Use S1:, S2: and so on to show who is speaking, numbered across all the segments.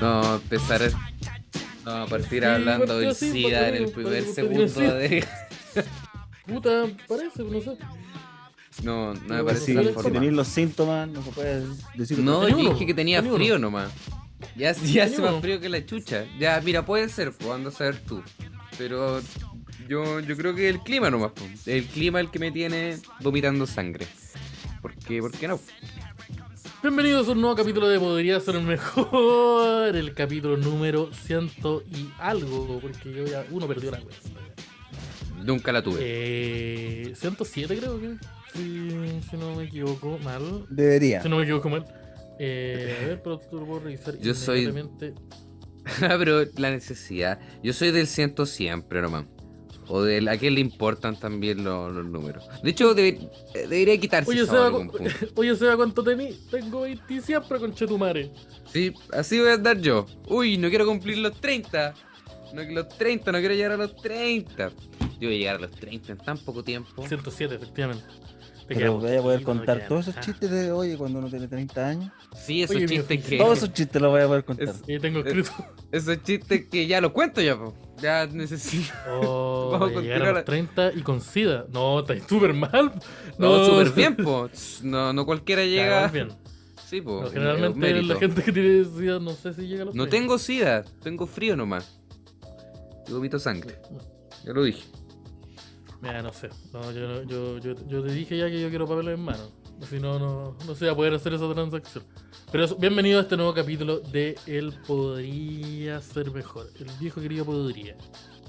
S1: No, empezar a, no, a partir hablando del
S2: así,
S1: SIDA
S2: para
S1: en
S2: que-
S1: el
S2: para
S1: primer
S2: que usted diga
S1: segundo de...
S2: Puta, parece, no sé.
S1: No, no me
S2: Pero
S1: parece
S2: sí,
S1: sí, tan
S2: sí, forma.
S3: si
S1: formal.
S3: tenéis los síntomas, no se puede decir.
S1: No,
S2: Tenía
S1: yo
S2: uno,
S1: dije que tenía
S2: tenía
S1: frío nomás. Ya, ya hace
S2: uno.
S1: más frío que la chucha. Ya, mira, puede ser, pues anda a saber tú. Pero yo, yo creo que el clima nomás, pues. El clima el que me tiene vomitando sangre. Porque, ¿por qué no?
S2: Bienvenidos a un nuevo capítulo de Podría ser mejor. El capítulo número ciento y algo, porque yo ya uno perdió la cuenta.
S1: Nunca la tuve.
S2: Eh, 107 creo que. Si, si no me equivoco mal.
S3: Debería.
S2: Si no me equivoco mal. Eh, a ver, pero tú lo puedo revisar.
S1: Yo soy-
S2: inmediatamente.
S1: Ah, pero la necesidad. Yo soy del ciento siempre nomás. O del a qué le importan también lo- los números. De hecho, debe- eh, debería quitarse
S2: Oye,
S1: esa
S2: Seba,
S1: hora en
S2: cu-
S1: conjunto.
S2: Oye, Seba, ¿cuánto tení? Tengo 20 siempre con Chetumare.
S1: Sí, así voy a andar yo. Uy, no quiero cumplir los 30. No, que los 30, no quiero llegar a los 30. Yo voy a llegar a los 30 en tan poco tiempo.
S2: 107, efectivamente. Te
S3: Pero
S2: quedamos.
S3: voy a poder
S2: No te
S3: contar
S2: quedamos.
S3: todos
S2: Ah.
S3: esos chistes de oye cuando uno tiene 30 años.
S1: Sí, esos
S2: Oye,
S1: chistes
S2: viejo,
S1: que.
S3: Todos esos chistes los voy a poder contar.
S1: Es-
S2: Y Eh, tengo escrito.
S1: Esos chistes que ya los cuento ya, po. Ya necesito.
S2: Oh,
S1: Vamos a
S2: voy a llegar
S1: continuar.
S2: a los 30 y con SIDA. No, estáis súper mal.
S1: No, súper bien, po. No, no cualquiera llega.
S2: Cagás bien.
S1: Sí, po.
S2: No,
S1: eh,
S2: generalmente
S1: mérito.
S2: la gente que tiene SIDA no sé si llega a los
S1: No
S2: 30.
S1: tengo sida, tengo frío nomás. Y vomito sangre. Ya lo dije.
S2: Mira, no sé. No, yo, no- yo, yo, yo te dije ya que yo quiero papeles en mano. Si no, no, no se va a poder hacer esa transacción. Pero eso, bienvenido a este nuevo capítulo de El Podría Ser Mejor. El viejo querido podría.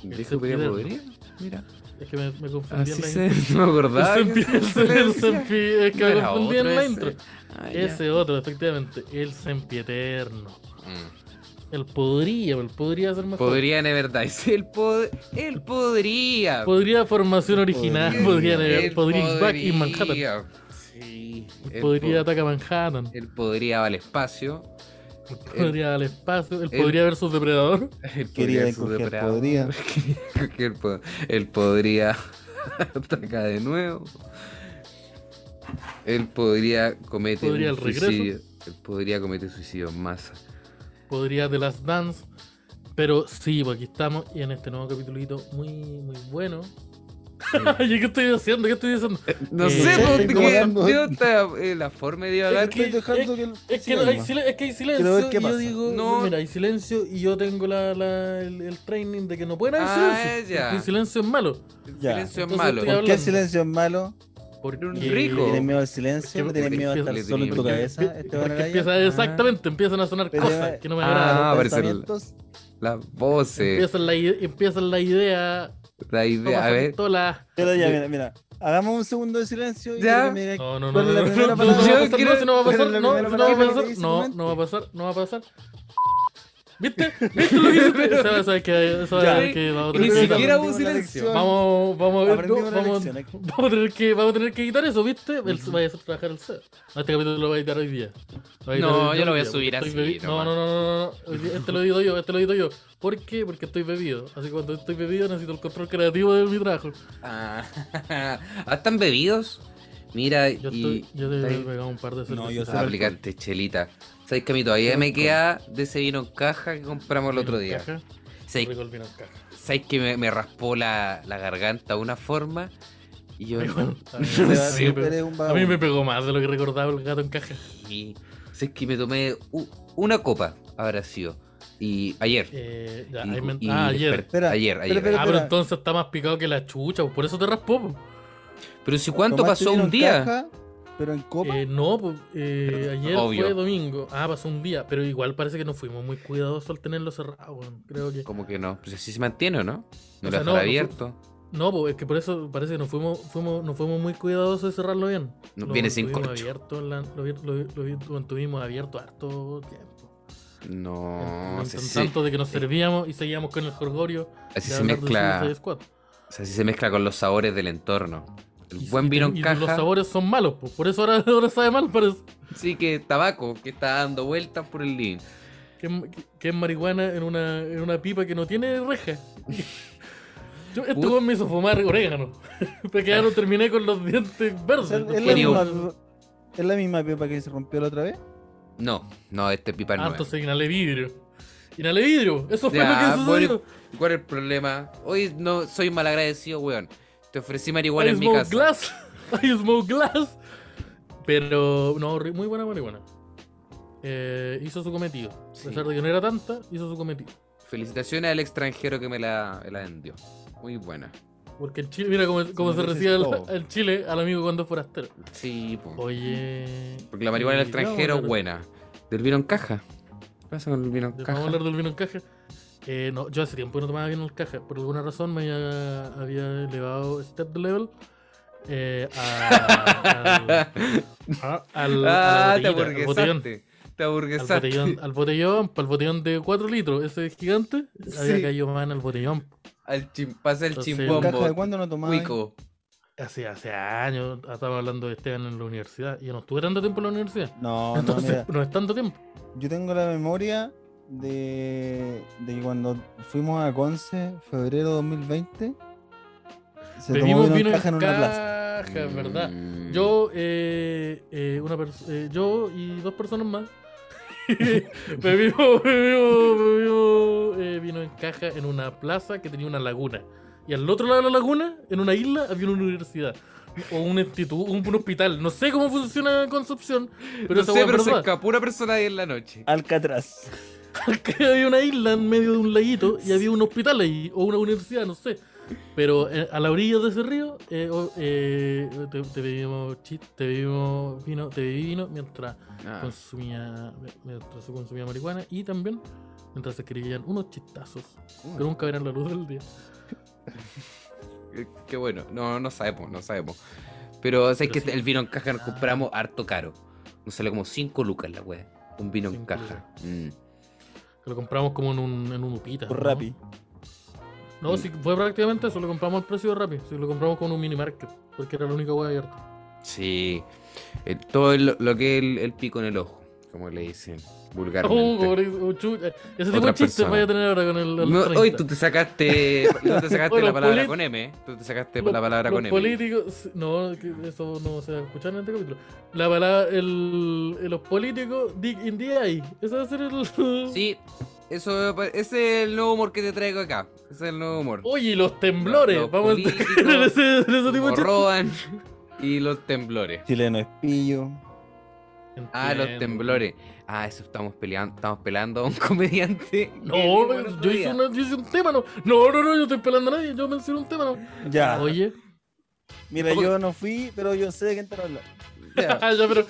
S1: Dijo que
S2: Cepillín.
S1: podría. Mira.
S2: Es que me, me confundí
S1: Así
S2: en la
S1: se. No
S2: intro.
S1: me acordaba.
S2: El
S1: que
S2: Sempi- el
S1: se le
S2: Sem- el
S1: decía.
S2: Sempi- Es que me
S1: Era
S2: confundí
S1: otro
S2: en la
S1: ese.
S2: intro.
S1: Ah, ya.
S2: Ese otro, efectivamente. El sempieterno.
S1: Mm.
S2: El podría, el podría ser mejor.
S1: Podría Never Dice. El, pod... el podría.
S2: Podría formación original,
S3: Podría.
S2: podría
S1: El
S2: negar, podría X back in Manhattan.
S1: podría. Sí.
S2: El
S1: El
S2: podría
S1: po-
S2: ataca Manhattan.
S1: El podría va al espacio.
S2: El podría al espacio. El
S1: el-
S2: podría versus depredador.
S1: El
S3: Quería
S1: podría es un
S3: encoger,
S1: depravado.
S3: podría.
S1: Que el, po- el podría ataca de nuevo. Él podría cometer
S2: Podría
S1: un
S2: el regreso.
S1: suicidio. Él podría cometer suicidio en masa.
S2: Podría The Last Dance. Pero sí, pues aquí estamos y en este nuevo capitulito muy, muy bueno. Oye, ¿Qué estoy haciendo? ¿Qué estoy haciendo?
S1: No
S2: Eh,
S1: sé,
S2: estoy
S1: porque
S3: divagando.
S1: idiota, eh, la forma de divagar.
S2: que-
S3: Estoy dejando que el-
S2: Es que,
S3: siga
S2: hay,
S3: nomás.
S2: silen- es que hay
S3: Quiero
S2: silencio
S3: ver
S2: y
S3: qué
S2: yo
S3: pasa.
S2: digo,
S1: No.
S2: mira, hay silencio y yo tengo la, la- el, el training de que no pueden haber
S1: Ah,
S2: silencio.
S1: ya.
S2: porque el silencio es malo.
S1: El
S3: Ya.
S1: silencio es
S2: Entonces
S1: malo.
S2: estoy
S3: ¿Por qué el
S2: hablando.
S3: silencio es malo?
S2: Porque
S1: un rico.
S3: ¿Tienes miedo al silencio?
S2: Porque-
S3: ¿Tienes miedo a
S2: porque-
S3: estar solo en tu
S2: porque-
S3: cabeza? Este
S2: porque
S3: van a
S2: empieza- exactamente, empiezan a sonar
S3: Ah. Pero-
S2: cosas que no me
S1: Ah,
S2: agradan.
S1: Ah, parece el-
S3: pensamientos.
S1: Las voces,
S2: Empiezan la, ide- empiezan la idea.
S1: la idea. A
S2: toma
S1: ver,
S2: pistola.
S3: Pero ya, mira, mira. Hagamos un segundo de silencio y
S1: Ya.
S3: quiero que me digas-
S2: No, no, no.
S3: Eh, ¿Cuál
S2: No,
S3: es la
S2: no, no,
S3: primera
S2: no,
S3: palabra?
S2: no va a
S1: Yo
S2: pasar,
S1: quiero-
S2: no, si no va a
S3: ¿cuál es
S2: pasar,
S3: la
S2: no,
S3: primera
S2: si no va a
S3: palabra que
S2: pasar,
S3: dice
S2: no,
S3: Clemente?
S2: no va a pasar, no va a pasar. ¿Viste? ¿Viste lo que hiciste? Sabes, sabes que, sabes
S1: Ya.
S2: que vamos a
S1: Ni
S2: tener que
S1: siquiera
S2: editarlo.
S1: hubo
S3: Aprendimos la
S1: silencio.
S3: lección.
S2: Vamos, vamos a ver, no,
S3: Aprendimos la
S2: vamos,
S3: lección aquí.
S2: vamos a tener que, vamos a tener que editar eso, ¿viste? El, vaya a hacer trabajar el set. Este capítulo lo voy a editar hoy día. Lo voy a editar
S1: No,
S2: hoy día,
S1: yo lo voy a
S2: hoy día,
S1: subir
S2: porque
S1: así,
S2: estoy bebi- No,
S1: nomás.
S2: no, no, no, no, no. Hoy día- Este lo edito yo, este lo edito yo. ¿Por qué? Porque estoy bebido. Así que cuando estoy bebido necesito el control creativo de mi trabajo.
S1: Ah, ¿están bebidos? Mira,
S2: Yo
S1: y
S2: estoy, yo te
S1: estáis-
S2: he pegado un par de cervezas.
S3: No, yo solo-
S1: aplicaste chelita. ¿Sabes que a mí todavía me queda de ese vino en caja que compramos el otro día?
S2: Caja,
S1: ¿Sabes
S2: rico el vino en caja.
S1: ¿Sabes que me, me raspó la, la garganta de una forma? Y yo no.
S2: A mí
S1: No
S2: me-
S1: sé,
S2: a mí
S3: tú
S2: me-
S3: eres un
S2: A mí me
S3: vagabundo.
S2: pegó más de lo que recordaba el gato en caja.
S1: y- ¿Sabes que me tomé u- una copa? Habrá sido. Y ayer.
S2: Eh, ya,
S1: Y-
S2: ahí me-
S1: y
S2: ah, ayer.
S1: desperté-
S3: Espera,
S1: ayer, ayer.
S3: espera, espera,
S2: Ah, pero
S3: espera.
S2: entonces está más picado que la chucha, pues, por eso te raspó. pues.
S1: Pero si cuánto
S3: Tomaste
S1: pasó
S3: vino
S1: un
S3: en
S1: día.
S3: caja, Pero en copa.
S2: Eh, no, pues, eh, ayer
S1: Obvio.
S2: fue domingo. Ah, pasó un día, pero igual parece que no fuimos muy cuidadosos al tenerlo cerrado. weón. Creo que.
S1: Como que no. Pues así se mantiene, ¿o ¿no? No
S2: O
S1: lo
S2: sea, no,
S1: dejará
S2: no fue-
S1: abierto.
S2: No, pues es que por eso parece que no fuimos, fuimos, no fuimos muy cuidadosos de cerrarlo bien.
S1: No,
S2: Lo
S1: viene sin
S2: mantuvimos
S1: corcho.
S2: abierto en la- lo, vi- lo vi- lo vi- lo mantuvimos abierto harto tiempo.
S1: No.
S2: En-
S1: se-
S2: en
S1: se-
S2: tanto de que nos servíamos y seguíamos con el jorgorio.
S1: así
S2: de
S1: se
S2: hablar del
S1: mezcla.
S2: Suicide Squad.
S1: o sea, así se mezcla con los sabores del entorno. El
S2: Y-
S1: buen
S2: y-
S1: vino
S2: y
S1: en
S2: Los
S1: caja.
S2: sabores son malos, pues, por eso ahora, ahora sabe mal, parece.
S1: Sí, que tabaco, que está dando vueltas por el living.
S2: que, es- que- que es marihuana en una, en una pipa que no tiene reja. Yo, este
S1: Put-
S2: weón me hizo fumar orégano. Para que ya no terminé con los dientes
S3: O
S2: verdes.
S3: sea, es, la
S2: Porque-
S1: Genio.
S3: misma, es la misma pepa que se rompió la otra vez.
S1: No, no, este pipa es
S2: Harto
S1: nuevo.
S2: señal de vidrio. Llena de vidrio. Eso fue
S1: Ya,
S2: lo que
S1: bueno,
S2: sucedió.
S1: ¿Cuál es el problema? Hoy no soy malagradecido, weón. Te ofrecí marihuana
S2: I
S1: en mi
S2: smoke
S1: casa.
S2: glass. I smoke glass. Pero, no, re- muy buena marihuana. Eh, hizo su cometido.
S1: Sí.
S2: A pesar de que no era tanta, hizo su cometido.
S1: Felicitaciones al extranjero que me la, me la vendió. Muy buena.
S2: Porque en Chile, mira cómo, cómo se
S3: mereces
S2: recibe al,
S3: todo.
S2: al Chile al amigo cuando es forastero.
S1: Sí, po.
S2: Oye.
S1: porque la marihuana del
S2: y vamos a
S1: extranjero es
S2: hablar-
S1: buena. Del vino en caja. ¿Qué pasa con el vino en
S2: Vamos a
S1: caja?
S2: hablar del vino en caja. Eh, no, yo hace tiempo que no tomaba vino en caja. Por alguna razón me había, había elevado step the level eh, a- al, a- al- a la
S1: ah, te
S2: botellita, al botellón.
S1: aburguesaste. Te
S2: Al
S1: aburguesaste.
S2: botellón, al botellón, para el botellón de 4 litros, ese es gigante, había
S1: Sí.
S2: caído más en el botellón.
S1: Al chim, pasa el
S2: Entonces,
S3: ¿Caja de
S1: chimbombo.
S3: cuándo no tomaba?
S1: Cuico.
S2: Hace, hace años estaba hablando de Esteban en la universidad. Y yo no estuve tanto tiempo en la universidad.
S3: No, no, mira.
S2: Entonces, no es tanto tiempo.
S3: Yo tengo la memoria de, de que cuando fuimos a Conce, febrero 2020, se
S2: Bebimos
S3: tomó
S2: vino en
S3: caja en una plaza.
S2: caja, ¿verdad?
S1: Mm.
S2: Yo, eh, eh, una pers- eh, yo y dos personas más bebimos, bebimos- bebimos, eh, vino en caja en una plaza que tenía una laguna. Y al otro lado de la laguna, en una isla, había una universidad. O un instituto, un, un hospital. No sé cómo funciona Concepción, pero
S1: no sé,
S2: esa hueá es
S1: pero se
S2: verdad.
S1: escapó una persona ahí en la noche.
S3: Alcatraz.
S2: que había una isla en medio de un laguito y había un hospital ahí, o una universidad, no sé. Pero eh, a la orilla de ese río, eh, o- eh, te, te bebimos chit, te bebimos vino, te bebí vino mientras
S1: Ah,
S2: consumía mientras se consumía marihuana y también mientras se escribían unos chistazos que
S1: uy,
S2: nunca verán la luz del día.
S1: qué- Eh, qué bueno. No, no sabemos, no sabemos. Pero sé
S2: Pero
S1: que
S2: sí.
S1: el vino en caja nos
S2: Ah.
S1: compramos harto caro. Nos sale como 5 lucas la wea. Un vino en
S2: Cinco
S1: caja. Mm.
S2: Que lo compramos como en un, en un upita.
S3: Por
S2: ¿no?
S3: Rappi.
S2: No, sí, fue prácticamente eso, lo compramos al precio de Rappi, sí, lo compramos con un mini market, porque era la única hueá abierta.
S1: Sí. Eh, todo el- lo que es el, el pico en el ojo, como le dicen
S2: Oh,
S1: vulgarmente.
S2: pobre- oh, chucha. Ese tipo
S1: Otra
S2: de chistes
S1: persona.
S2: voy a tener ahora con el. el
S1: No,
S2: 30.
S1: hoy tú te sacaste, no te sacaste
S2: Oye,
S1: la
S2: los
S1: palabra
S2: polit-
S1: con M, ¿eh? tú te sacaste
S2: Los-
S1: la palabra
S2: los
S1: con M.
S2: políticos, no, que eso no se va a escuchar en este capítulo. La palabra, el, el- los políticos, dick in the eye. Eso va a ser el.
S1: Sí, eso ese es el nuevo humor que te traigo acá. Ese es el nuevo humor.
S2: Oye, y los temblores.
S1: Los
S2: Vamos a
S1: políticos,
S2: entrar en ese, en ese tipo
S1: Como
S2: de chistes.
S1: roban y los temblores.
S3: Chileno es pillo.
S1: Ah, los
S2: Entiendo.
S1: temblores. Ah, eso estamos peleando, estamos pelando a un comediante.
S2: No,
S1: El otro
S2: yo hice,
S1: día.
S2: una- yo hice un tema, no. No, no, no, yo estoy pelando a nadie. Yo mencioné un tema, no.
S3: Ya.
S2: Oye,
S3: Mira, yo no fui, pero yo sé de quién te habla.
S1: Ya,
S2: ah, ya, pero.
S1: Es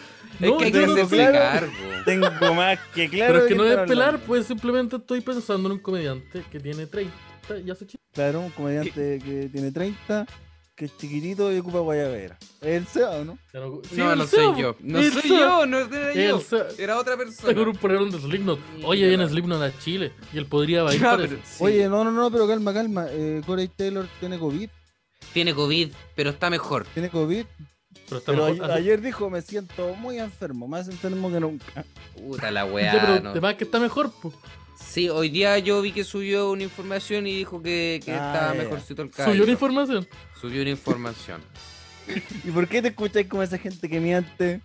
S2: No,
S1: que hay
S2: yo
S1: que
S2: no-
S1: hacerse
S3: claro.
S1: cargo.
S3: Tengo más que claro.
S2: Pero es
S3: de
S2: que
S3: quién
S2: no
S3: te
S2: es
S3: habla.
S2: pelar, pues simplemente estoy pensando en un comediante que tiene 30 y hace chistes.
S3: Claro, un
S2: Eh.
S3: comediante que tiene 30, que es chiquitito y ocupa guayabera. ¿El SEA o no?
S2: Claro, sí,
S1: no,
S2: el
S1: no
S2: Seba,
S1: soy yo. No
S2: el
S1: soy
S2: Seba,
S1: yo, no era yo.
S2: el Seba.
S1: Era otra persona.
S2: Seguro ponieron de Slipknot. Oye, viene Slipknot a Chile y él podría
S1: Ya,
S2: bailar.
S1: pero
S2: eso.
S1: sí.
S3: Oye, no, no, no, pero calma, calma. Eh, Corey Taylor tiene COVID.
S1: Tiene COVID, pero está mejor.
S3: Tiene COVID.
S2: pero está
S3: Pero
S2: mejor.
S3: ayer, ayer dijo, me siento muy enfermo, más enfermo que nunca.
S1: Puta la
S2: Ya,
S1: weá.
S2: pero
S1: no.
S2: además que está mejor, pues.
S1: Sí, hoy día yo vi que subió una información y dijo que, que
S3: Ah,
S1: estaba
S3: ya.
S1: mejorcito el cabello.
S2: Subió la información.
S1: Subió una información.
S3: ¿Y por qué te escucháis como esa gente que miente?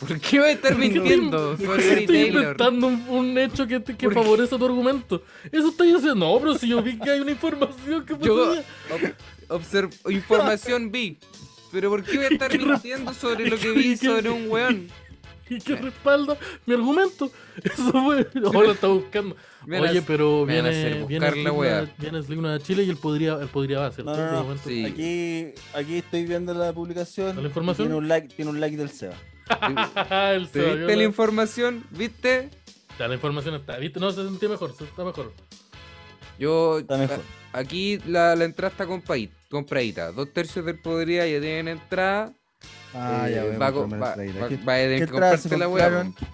S1: ¿Por qué va a estar
S2: ¿Por qué te-
S1: mintiendo?
S2: ¿Por
S1: Soy
S2: qué
S1: Gary
S2: estoy
S1: Taylor.
S2: inventando un, un hecho que, te- que
S1: ¿Por qué?
S2: favorece tu argumento? Eso estoy haciendo. No, pero si yo vi que hay una información que
S1: Yo-
S2: podría-
S1: Ob- observ- información vi. Pero ¿por qué voy a estar
S2: ¿Qué rap-
S1: mintiendo sobre lo que
S2: qué-
S1: vi
S2: qué-
S1: sobre un weón?
S2: y que respalda mi argumento. Eso fue. Ahora lo está buscando.
S1: Me van a
S2: Oye,
S1: hacer-
S2: pero
S1: me van a hacer
S2: viene, viene,
S1: buscar la
S2: Slipknot-
S1: wea.
S2: viene Slipknot a Chile y él podría, él podría hacer.
S3: No, no, no,
S1: Sí.
S3: Aquí, aquí estoy viendo la publicación.
S2: ¿La información?
S3: y Tiene un like, tiene un like del SEA.
S2: el
S1: ¿Te
S2: sabio,
S1: viste la
S2: la-
S1: información? ¿Viste?
S2: Ya, la información está, ¿viste? No, se sentía mejor, se está mejor.
S1: Yo.
S3: Está mejor.
S1: a- Aquí la, la entrada está compai- compradita. Dos tercios del podría ya tienen entrada.
S3: Ah,
S1: Eh,
S3: ya veo.
S1: va, a co- va- va- va a tener
S3: qué
S1: que
S3: entrada
S1: comprarte
S3: se
S1: la weá.
S3: compraron?
S1: po.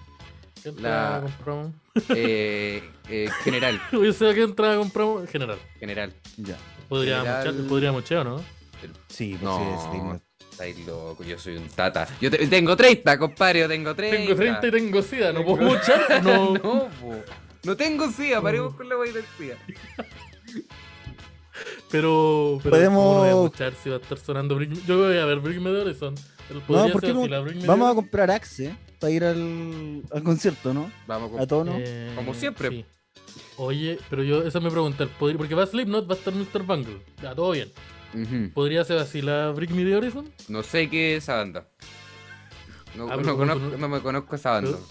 S2: ¿Qué
S1: La-
S2: entrada compramos?
S1: Eh, eh, general,
S2: Yo sé qué entrada compramos. En General.
S1: general.
S3: Ya.
S2: Podría
S1: General.
S2: mochear, podría mochear, ¿no?
S3: Sí, pues sí, es
S1: No,
S3: digno.
S1: estáis loco, yo soy un tata. Yo te- tengo 30, compadre, yo tengo 30.
S2: Tengo 30 y tengo sida, ¿no puedo
S1: Tengo-
S2: mochear? No.
S1: No, po. No tengo sida, paremos con la guay del sida.
S2: Pero, pero
S3: Podemos-
S2: ¿cómo no voy a mochear si va a estar sonando Bring- Yo voy a ver Bring Me The Horizon. Él podría
S3: ¿por qué
S2: ser
S3: no?
S2: si la Bring Me The
S3: Vamos a
S2: Horizon-
S3: comprar Axe para ir al, al concierto, ¿no?
S1: Vamos
S3: A
S1: con...
S3: tono.
S2: Eh,
S1: como siempre.
S2: sí. Oye, pero yo, esa me pregunta, ¿podría- porque va a Slipknot, va a estar Mr. Bungle. Ya, todo bien.
S1: Ujú.
S2: ¿Podría ser así la Brick Me The Horizon?
S1: No sé qué es esa banda. No, no
S2: Ah, pero como
S1: conozco,
S2: tú no-
S1: no me conozco esa banda.
S2: Pero-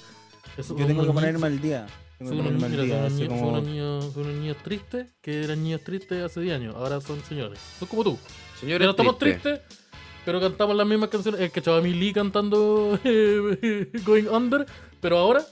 S2: Eso
S3: Yo
S2: son
S3: tengo que
S2: unos
S3: ponerme
S2: niños-
S3: al día. Tengo
S2: Son
S3: que
S2: unos,
S3: ponerme al
S2: mira, son
S3: día.
S2: unos
S3: Así
S2: niños, son
S3: como.
S2: unos niños- son unos niños tristes que eran niños tristes hace 10 años. Ahora son señores. Son como tú.
S1: Señores,
S2: Pero estamos
S1: tristes.
S2: tristes, pero cantamos las mismas canciones. Es que Chavami Lee cantando eh, Going Under, pero ahora,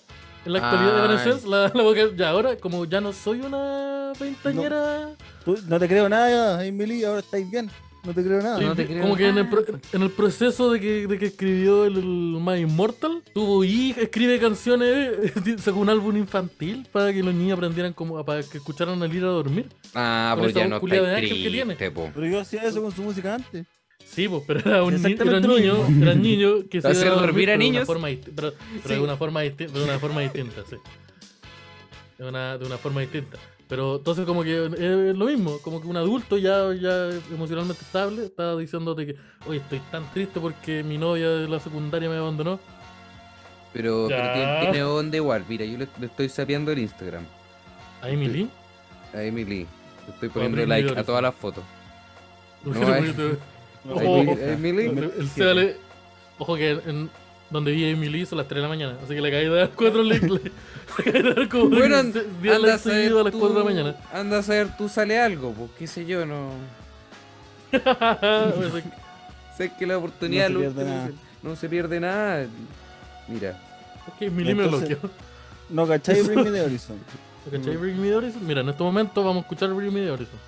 S2: en la actualidad de
S1: Ay.
S2: Evanescence, la, la vocal- ya ahora, como ya no soy una veintañera,
S3: Tú- no te creo nada, Emily, ahora estáis bien. No te creo nada.
S1: Sí. Ah, no te creo
S2: como que en el, pro-
S1: nada.
S2: en el proceso de que, de que escribió el, el My Immortal, tuvo hija, escribe canciones, sacó un álbum infantil para que los niños aprendieran, como, para que escucharan el ir a dormir.
S1: Ah,
S2: Con
S1: pues
S2: esa
S1: ya no
S2: culia de
S1: estáis
S2: ángel que tiene.
S1: triste, po.
S3: Pero yo hacía eso con su música antes.
S2: Sí, pues, pero era un niño, era
S3: Exactamente
S2: un
S3: lo
S2: niño,
S3: mismo.
S2: era un niño que se
S1: Hacer
S2: daba
S1: dormir a
S2: pero de una
S1: niños.
S2: forma disti- pero, pero de
S3: Sí.
S2: una forma distinta, de una forma distinta, sí. De una, de una forma distinta. Pero entonces como que eh, es lo mismo, como que un adulto ya, ya emocionalmente estable está diciéndote que, oye, estoy tan triste porque mi novia de la secundaria me abandonó.
S1: Pero, pero
S2: Ya.
S1: tiene, tiene onda igual. Mira, yo le, le estoy sapeando el Instagram
S2: A Emily.
S1: a Emily. Le estoy poniendo
S2: Emily
S1: like a
S2: Doris.
S1: todas las fotos.
S2: ¿por qué
S1: No,
S2: le
S1: eh.
S2: pusiste-
S3: No,
S2: Oh,
S3: ahí
S1: Emily-
S3: mi hija.
S1: Emily.
S3: No me-
S2: el Seba le- Ojo que en, donde vi a Emily son las 3 de la mañana, así que le caí de dar 4 likes. le- Le caí de dar como
S1: Bueno, an-
S2: 10
S1: anda a
S2: likes
S1: saber
S2: seguidos a las 4 de la
S1: tú-
S2: mañana.
S1: Anda a saber, tú sale algo, pues qué sé yo, no...
S2: Pues,
S1: Sé que la oportunidad
S3: No se
S1: lo-
S3: pierde nada.
S1: no se pierde nada. Mira,
S2: es que Emily me
S3: Entonces-
S2: bloqueó.
S3: No, ¿cachai? Bring me the horizon.
S2: ¿Cachai? Bring Me The Horizon. Mira, en este momento vamos a escuchar Bring Me The Horizon.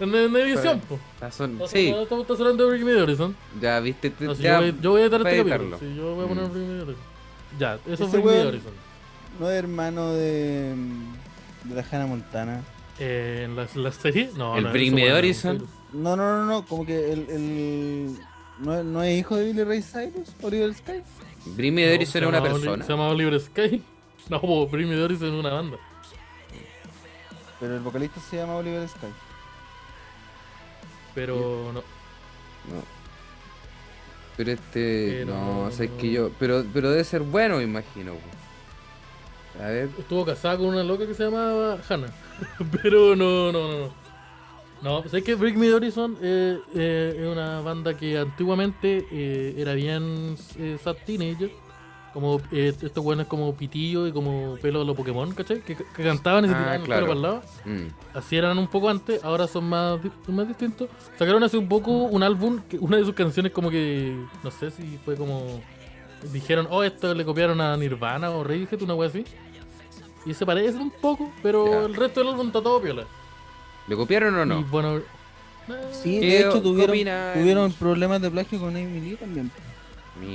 S2: En, en edición, po.
S1: ah, son-
S2: O sea,
S1: sí,
S2: no Estamos hablando de Bring Me The Horizon.
S1: ya viste, te-
S2: No, si
S1: ya-
S2: yo, voy, yo voy a editar
S1: para
S2: este capítulo.
S1: editarlo.
S2: Sí, yo voy a poner
S1: Mm.
S2: Bring Me The Horizon. Ya, eso
S3: Ese
S2: es Bring Me The
S3: weón-
S2: Horizon.
S3: No es hermano de. mm, de la Hannah Montana.
S2: Eh, ¿En la, la serie? No,
S1: El
S2: no.
S1: Bring
S2: eso,
S1: Me The
S2: bueno,
S1: Horizon.
S2: no,
S3: No, no, no, no. Como que el. el... ¿No, es- ¿No es hijo de Billy Ray Cyrus? ¿Oliver Sky?
S1: Brimmy de Horizon
S2: se
S1: era una
S2: llamaba Oli-
S1: persona.
S2: Se llamaba Libre Sky. No, po, Bring Me The Horizon es una banda.
S3: Pero el vocalista se llama Oliver Sky.
S2: Pero
S1: Mm.
S2: no.
S1: No. Pero este,
S2: Pero-
S1: no, sé que yo, pero, pero debe ser bueno, me imagino. po. A ver,
S2: Estuvo casada con una loca que se llamaba Hannah. Pero no, no, no. No, no sé que Bring Me The Horizon eh, eh, es una banda que antiguamente eh, era bien eh, sad teenager. Como eh, estos buenos como pitillo y como pelo de los Pokémon, ¿cachai? Que, que cantaban y se
S1: Ah, claro.
S2: tiraban el pelo para el lado.
S1: mm,
S2: así eran un poco antes, ahora son más, di- más distintos. Sacaron hace un poco un álbum, que una de sus canciones como que, no sé si fue como, dijeron, oh, esto le copiaron a Nirvana o Radiohead, una wea así. Y se parece un poco, pero
S1: Ya.
S2: el resto del álbum está todo piola.
S1: ¿le copiaron o
S2: Y
S1: no?
S2: bueno, eh,
S3: Sí,
S1: ¿Qué
S3: de hecho
S1: o-
S3: tuvieron,
S1: opinan?
S3: tuvieron problemas de plagio con Amy Lee también.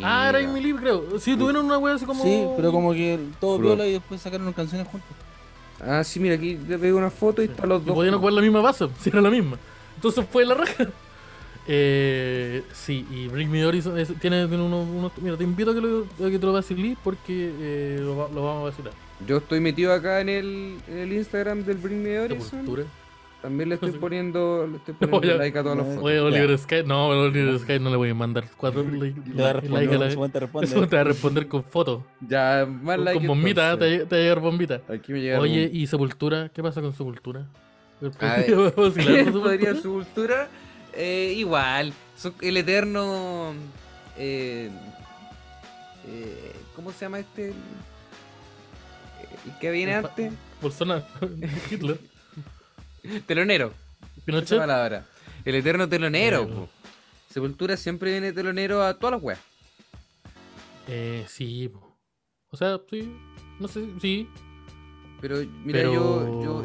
S2: Ah, era
S1: Mira.
S2: Amy Lee, creo. Sí, tuvieron una wea así como...
S3: Sí, pero como que todo
S1: Pero-
S3: viola y después sacaron canciones juntas.
S1: Ah, sí, mira, aquí le pego una foto y están los
S2: Y
S1: dos.
S2: podían ocupar la misma base, si era la misma. Entonces fue la raja. Eh, sí, y Bring Me The Horizon es- tiene, tiene unos, unos- Mira, te invito a que, lo, a que te lo vacilís porque eh, lo, va- lo vamos a vacilar.
S1: Yo estoy metido acá en el, en el Instagram del Bring Me
S2: Esta
S1: Horizon.
S2: postura.
S1: También le estoy
S2: Sí.
S1: poniendo, le estoy poniendo
S2: Oye,
S1: like a todas las
S3: oye,
S1: fotos.
S2: Oye, Oliver Sky. No, pero Oliver Sky no le voy a mandar cuatro li- li-
S3: Le va a
S2: likes.
S3: responder,
S2: a la-
S3: su buen te responde.
S2: Eso te va a responder con fotos.
S1: Ya, más
S2: Con,
S1: like.
S2: con bombita, te va
S1: entonces.
S2: a- te va a llegar bombita.
S1: Aquí me llegaron.
S2: Oye, ¿y Sepultura? ¿Qué pasa con Sepultura?
S1: A ver.
S2: ¿Podría vacilar con
S1: podría
S2: Sepultura?
S1: su cultura? Eh, igual. Su- el eterno. eh, eh, ¿Cómo se llama este? El, el que viene
S2: El fa-
S1: antes.
S2: Bolsonaro, Hitler,
S1: Telonero. Esa
S2: Pinochet.
S1: palabra. El eterno telonero.
S2: Eh,
S1: po. Sepultura siempre viene telonero a todas las weas.
S2: Eh, sí. po. O sea, sí. No sé, sí.
S1: Pero mira,
S2: pero...
S1: yo, yo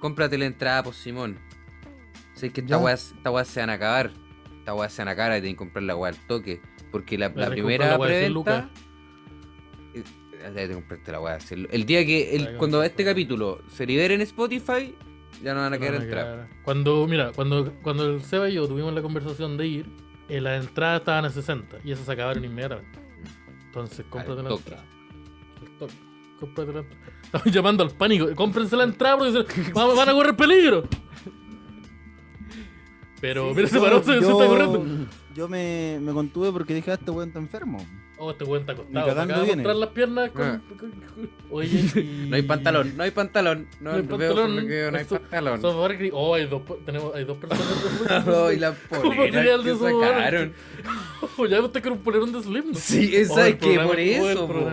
S1: Cómprate la entrada, por Simón. Sé que
S3: Ya.
S1: esta weá esta weá se van a acabar. Esta weá se van a acabar y tienen que comprar la weá al toque. Porque la,
S2: Voy a
S1: la
S2: recomprar
S1: primera
S2: la weá de cien
S1: preventa. Eh, ya te compraste la weá de cien lu- El día que. el-
S2: Voy a
S1: cuando
S2: comprar
S1: este
S2: la weá.
S1: capítulo se libere en Spotify, ya no van a
S2: pero
S1: querer
S2: no me
S1: entrar.
S2: queda- Cuando, mira, cuando, cuando el Seba y yo tuvimos la conversación de ir, eh, las entradas estaban a 60 y esas se acabaron inmediatamente. Entonces, cómprate la
S1: toque.
S2: entrada. Al toque. Cómprate la entrada. Estamos llamando al pánico. Cómprense la entrada porque se- van, van a correr peligro. Pero, mira, se paró, se, se está corriendo.
S3: yo me, me contuve porque dije, ah, este weón está enfermo.
S2: Oh, este weón está
S3: Ni
S2: acostado.
S3: cagando
S2: Me acaba de
S3: viene.
S2: mostrar las piernas con.
S1: Ah.
S2: con- con- Oye, y-
S1: No hay pantalón, no hay pantalón. No,
S2: No hay
S1: no veo
S2: pantalón,
S1: por lo que veo, no hay
S2: esto-
S1: pantalón.
S2: Son favor, Cri- Oh, hay dos, tenemos, hay dos personas.
S1: No, y la
S2: ¿Cómo
S1: polera
S2: real de
S1: que
S2: su mano?
S1: sacaron.
S2: Oh, ya usted quiere poner un Oh, deslim.
S1: Sí, esa es que por eso. po.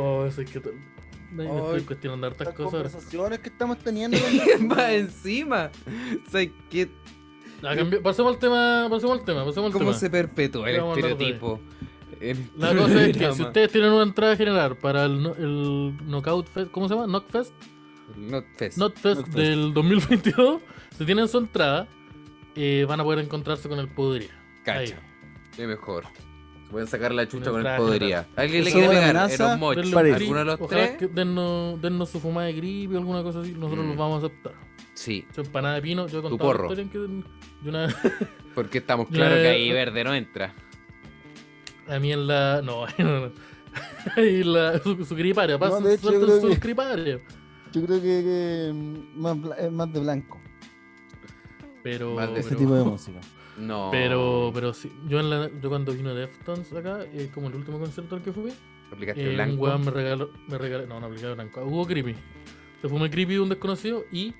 S2: Oh, eso es que. tal- Ay, me estoy
S1: Ay.
S2: cuestionando hartas
S3: Estas
S2: cosas. ahora.
S3: conversaciones que estamos teniendo.
S1: Más encima. O sea, que
S2: Ah, cambi- Pasemos al tema. Pasemos al tema. Pasemos al
S1: ¿Cómo
S2: tema.
S1: se perpetúa el
S2: Vamos a hablar de-
S1: estereotipo? en
S2: La
S1: este
S2: cosa es que si
S1: programa?
S2: ustedes tienen una entrada general para el, no- el Knockout Fest, ¿cómo se llama? Knockfest.
S1: Not fest.
S2: Notfest
S3: Notfest.
S2: del 2022, si tienen su entrada, eh, van a poder encontrarse con el Podría.
S1: Cacha. Qué mejor. Voy a sacar la chucha
S2: No
S1: con el
S2: traje
S1: podría. ¿Alguien le
S3: Eso
S1: quiere
S3: es una
S1: pegar? En
S3: amenaza
S1: los mochos.
S2: Denle
S3: parece.
S2: un
S1: ¿Alguno de los
S2: grip, ojalá
S1: tres?
S2: que dennos, dennos su fumada de gripe o alguna cosa así. Nosotros
S1: Mm.
S2: los vamos a aceptar.
S1: Sí,
S2: Su empanada de pino, yo he contado
S1: porro.
S2: la historia en que yo una-
S1: porque estamos
S2: Ya,
S1: claros que
S2: ya,
S1: ahí
S2: ya.
S1: verde no entra.
S2: a mí en la. No, no, no. Ahí la, su, su griparia, pasen,
S3: de hecho, yo
S2: suelten
S3: creo
S2: sus
S3: que-
S2: griparias.
S3: Yo creo que, que, mm, más, bla- es más de blanco.
S2: Pero,
S1: Más de
S2: Oh, pero,
S1: ese
S3: Ese tipo de música.
S1: No.
S2: pero, pero sí. Yo, en la, yo cuando vino Deftones acá, eh, como el último concierto al que fui,
S1: Aplicaste
S2: Eh, un
S1: blanco.
S2: weón me regaló, me regaló, no, no aplicaba blanco. Hubo creepy. Se fumé creepy de un desconocido y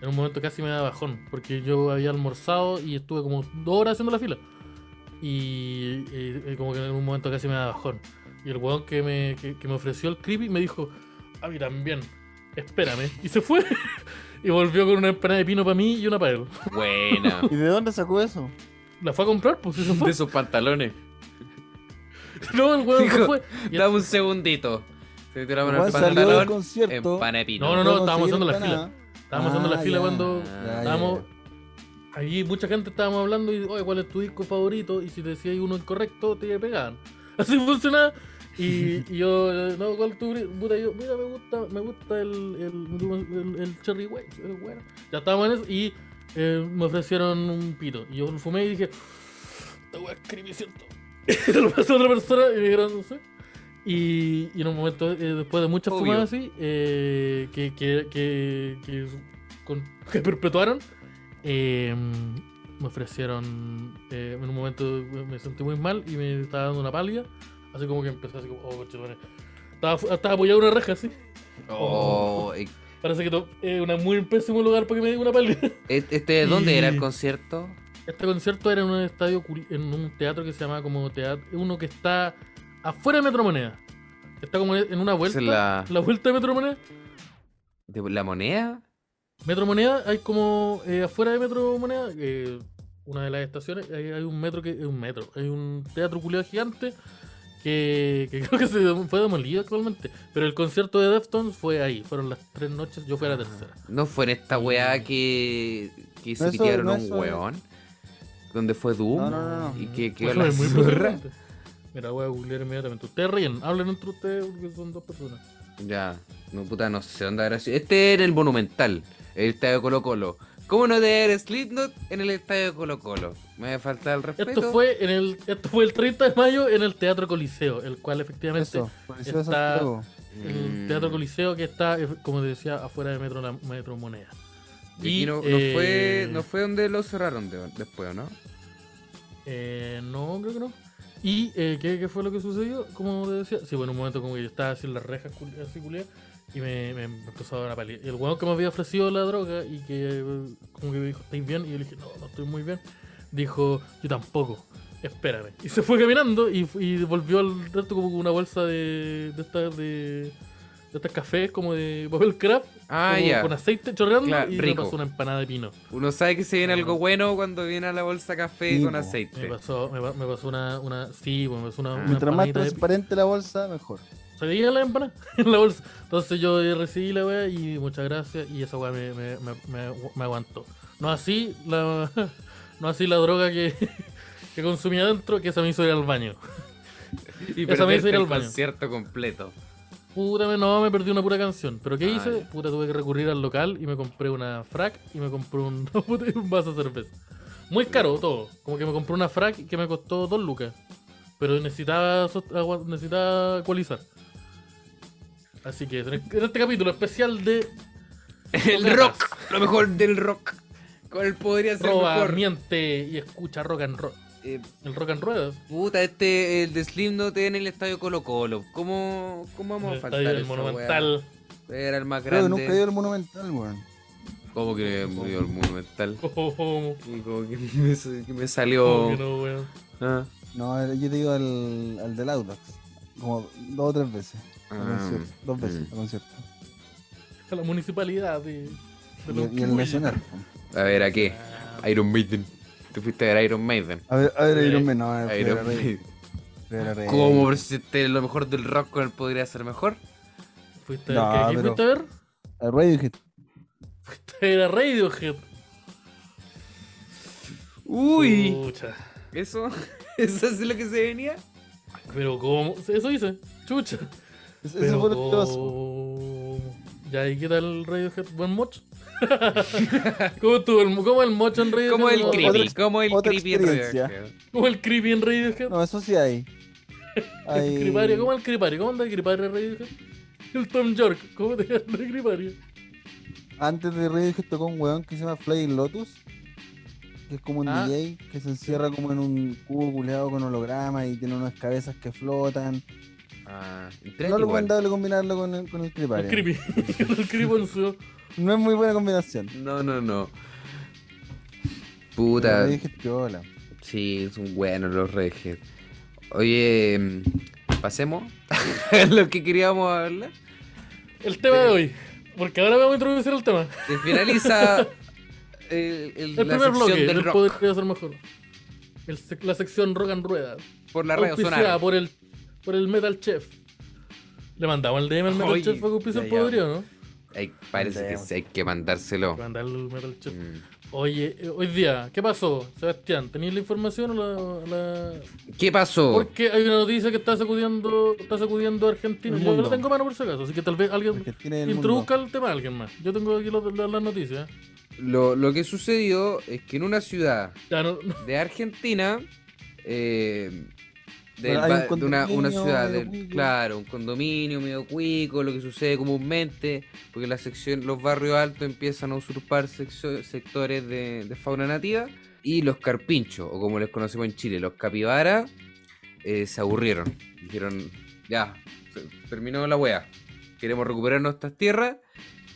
S2: en un momento casi me da bajón porque yo había almorzado y estuve como dos horas haciendo la fila. Y eh, eh, como que en un momento casi me da bajón. Y el weón que me, que, que me ofreció el creepy me dijo, a mí también, espérame. Y se fue. y volvió con una empanada de pino para mí y una para él.
S1: Buena.
S3: ¿Y de dónde sacó eso?
S2: La fue a comprar, pues y se
S1: De
S2: fue.
S1: sus pantalones.
S2: no, el weón se
S1: Dijo,
S2: fue. Y el-
S1: Dame un segundito. Se tiraron el
S3: Juan salió del
S1: pantalón.
S3: concierto.
S1: Empanepino.
S2: No, no, no,
S3: Luego
S2: estábamos
S3: seguir
S2: haciendo la
S3: empanada.
S2: fila. Estábamos haciendo la
S3: Ah,
S2: fila
S3: ya.
S2: cuando
S3: Ya, ya,
S2: Estábamos.
S3: ya.
S2: Allí mucha gente estábamos hablando y, oye, ¿cuál es tu disco favorito? Y si decías uno incorrecto, te pegaban. Así funcionaba. Y, y yo, eh, no, ¿cuál es tu gri- puta? Y yo, mira, me gusta, me gusta el, el, el- el Cherry Waves, es bueno. Ya estábamos en eso y eh, me ofrecieron un pito. Y yo lo fumé y dije, esta wea es creepy, ¿cierto? Y se lo pasó a otra persona y me dijeron, no sé. Y, y en un momento, eh, después de muchas
S1: Obvio.
S2: fumadas así, eh, que, que, que, que, con- que perpetuaron, eh, me ofrecieron, eh, en un momento me sentí muy mal y me estaba dando una pálida, así como que empecé así como, oh, conchetumare. estaba, fu- estaba apoyado en una reja, así.
S1: Oh, eh,
S2: Parece que es un muy pésimo lugar para que me dé una pálida.
S1: ¿Este dónde era
S2: Y-
S1: el concierto?
S2: Este concierto era en un estadio, curi- en un teatro que se llama como teatro, uno que está afuera de Metromoneda. Está como en una
S1: ¿Es
S2: vuelta.
S1: en la,
S2: La vuelta de Metromoneda.
S1: de la moneda?
S2: Metromoneda, hay como eh, afuera de Metromoneda, eh, una de las estaciones, hay, hay un metro que es un metro, hay un teatro culiado gigante que, que creo que se dem- fue demolido actualmente. Pero el concierto de Deftones fue ahí, fueron las tres noches, yo fui a la tercera.
S1: No fue en esta weá que, que se
S3: No, eso-
S1: pitearon
S3: no,
S1: a un
S3: eso-
S1: weón. Donde fue Doom.
S3: No, no, no, no.
S1: Ah. Y que quedó
S2: Pues,
S1: la
S2: es muy
S1: zorra.
S2: impresionante. Mira, voy a googlear inmediatamente. Ustedes ríen, hablen entre ustedes porque son dos personas.
S1: Ya, no puta, no sé dónde habrá sido. Este era el Monumental, el estadio de Colo Colo. ¿Cómo no tener Slipknot en el estadio de Colo Colo? Me falta el respeto.
S2: Esto fue, en el, esto fue el 30 de mayo en el Teatro Coliseo, el cual efectivamente
S3: Eso, Policía de
S2: está-
S3: Santiago.
S2: El
S1: Mm,
S2: Teatro Coliseo que está, eh, como te decía, afuera de Metro, la, Metro Moneda.
S1: Y aquí no, no
S2: eh,
S1: fue, no fue donde lo cerraron de- después, ¿o ¿no?
S2: eh, no, creo que no. ¿Y eh, ¿qué, qué fue lo que sucedió? Como te decía, sí, bueno, un momento como que yo estaba así en las rejas, culi- así culiao, y me, me empezó a dar una pálida. Y el weón que me había ofrecido la droga y que eh, como que me dijo, ¿estáis bien? Y yo le dije, no, no estoy muy bien. Dijo, yo tampoco, espérame. Y se fue caminando y, fu- y volvió al rato como con una bolsa de, de estas de... De estas cafés como de papel craft
S1: Ah,
S2: como
S1: ya.
S2: con aceite chorreando
S1: Claro,
S2: y me
S1: rico.
S2: pasó una empanada de pino.
S1: Uno sabe que se
S2: Ah,
S1: viene algo bueno cuando viene a la bolsa café
S3: Sí,
S1: con
S3: po.
S2: Me
S1: aceite.
S2: pasó, me, pa- me pasó una, una. Sí, bueno, me pasó una.
S1: Ah.
S2: una
S3: Mm. Mientras más
S2: empanadita de pino.
S3: transparente la bolsa, mejor.
S2: Se veía la empanada en la bolsa. Entonces yo eh, recibí la weá y muchas gracias. Y esa weá me, me, me, me- me aguantó. No así la. No así la droga que, que consumía adentro, que esa me hizo ir al baño.
S1: Y
S2: Esa me hizo
S1: perderte
S2: ir al
S1: el
S2: baño.
S1: concierto completo.
S2: Puta, me- no, me perdí una pura canción. ¿Pero qué
S1: Ah,
S2: hice?
S1: ya.
S2: Puta, tuve que recurrir al local y me compré una frac y me compré un, una puta- un vaso de cerveza. Muy caro todo. Como que me compré una frac que me costó dos lucas. Pero necesitaba, sost- agua- necesitaba ecualizar. Así que en en este capítulo especial de
S1: El rock, lo mejor del rock. Con él podría ser
S2: Roba,
S1: mejor.
S2: miente y escucha rock and roll.
S1: Eh,
S2: El rock and roll.
S1: puta, este, el de Slim tiene en el estadio Colo Colo. ¿Cómo, cómo vamos
S2: el
S1: a faltar?
S2: estadio del
S1: esa
S2: monumental.
S1: weá? Era el más
S3: Creo que nunca he ido
S1: grande.
S3: al Monumental, weón.
S1: ¿Cómo que murió el monumental?
S2: Oh, oh, oh.
S1: Y como que me, que me
S2: ¿Cómo que
S1: salió.
S2: no, weón?
S1: Ah,
S3: No, era- yo te digo al, al del Audax. Como dos o tres veces. al
S1: Ah,
S3: concierto, dos veces
S1: mm.
S3: al concierto.
S2: A la municipalidad de, de
S3: Y, y
S2: Lonquimilla.
S3: el Nacional.
S1: a ver, ¿a qué? Iron Maiden. Tú fuiste a ver Iron Maiden.
S3: A ver, a ver,
S2: Sí.
S3: Iron Man, no, Ah, a ver,
S1: Iron
S3: Fred Arrey,
S1: Maiden.
S3: Fred Arrey.
S1: ¿Cómo? Pero si este es lo mejor del rock, con él podría ser mejor.
S2: ¿Fuiste
S3: No,
S2: a ver, qué- qué
S3: pero-
S2: fuiste a ver?
S3: A Radiohead.
S2: Fuiste a ver a Radiohead.
S1: Uy,
S2: Chucha.
S1: eso, eso es lo que se venía.
S2: Pero cómo. Eso hice. Chucha.
S3: Es- Ese
S2: Pero
S3: fue el pedazo.
S2: cómo. Ya, ¿y qué tal Radiohead? ¿Buen moch? ¿Cómo estuvo el, cómo el moch en Radiohead?
S1: Como el
S2: ¿Cómo-
S1: creepy,
S3: otra-
S1: como el
S3: otra
S1: creepy en
S3: experiencia.
S1: Radiohead.
S2: ¿Cómo el creepy en Radiohead?
S3: No, eso sí hay.
S2: El
S3: Hay-
S2: Cripario, ¿cómo el Cripario? ¿Cómo anda el Cripario en Radiohead? El Tom York, ¿cómo te anda el Cripario?
S3: Antes de Radiohead tocó un weón que se llama Flying Lotus. Que es como un
S2: Ah.
S3: DJ que se encierra como en un cubo culeado con holograma y tiene unas cabezas que flotan.
S1: Ah, entrete
S3: No
S1: igual.
S3: es recomendable combinarlo con el, con el
S2: El
S3: Creepario.
S2: Creepy. El Creepy en su.
S3: No es muy buena combinación.
S1: No, no, no.
S3: Pero
S1: Puta,
S3: Radiohead piola.
S1: sí, son buenos los Redhead. Oye, mm, pasemos a lo que queríamos hablar.
S2: El tema de hoy. Porque ahora vamos a introducir el tema.
S1: Se finaliza el, el-
S2: El
S1: la
S2: primer
S1: sección
S2: bloque,
S1: del
S2: el
S1: rock
S2: podría ser mejor. El sec- la sección Rock and Rueda.
S1: por la radio
S2: auspiciada
S1: sonar.
S2: por el, por el Metal Chef. Le mandamos el DM al Metal
S1: Oye,
S2: Chef para que auspicie el
S1: ya, Oh. ya.
S2: podrido, ¿no?
S1: Ay, parece que sí, hay que mandárselo.
S2: Le mandamos al Metal Chef.
S1: Mm.
S2: Oye, eh, hoy día, ¿qué pasó, Sebastián? ¿Tenías la información o la, la-
S1: ¿Qué pasó?
S2: Porque hay una noticia que está sacudiendo, está sacudiendo a Argentina.
S3: El
S2: Yo no
S3: mundo.
S2: tengo mano por si acaso, así que tal vez alguien
S3: Porque tiene el mundo.
S2: introduzca el tema a alguien más. Yo tengo aquí lo- lo- las noticias.
S1: Lo, lo que sucedió es que en una ciudad
S2: Ya, no, no,
S1: de Argentina, eh, del
S3: Bueno, hay
S1: ba-
S3: un
S1: de una, una
S3: condominio
S1: ciudad,
S3: medio
S1: del-
S3: cuico.
S1: claro, un condominio medio cuico, lo que sucede comúnmente, porque la sección, los barrios altos empiezan a usurpar sexo- sectores de, de fauna nativa, y los carpinchos, o como les conocemos en Chile, los capibaras, eh, se aburrieron. Dijeron, ya, se- terminó la wea, queremos recuperar nuestras tierras,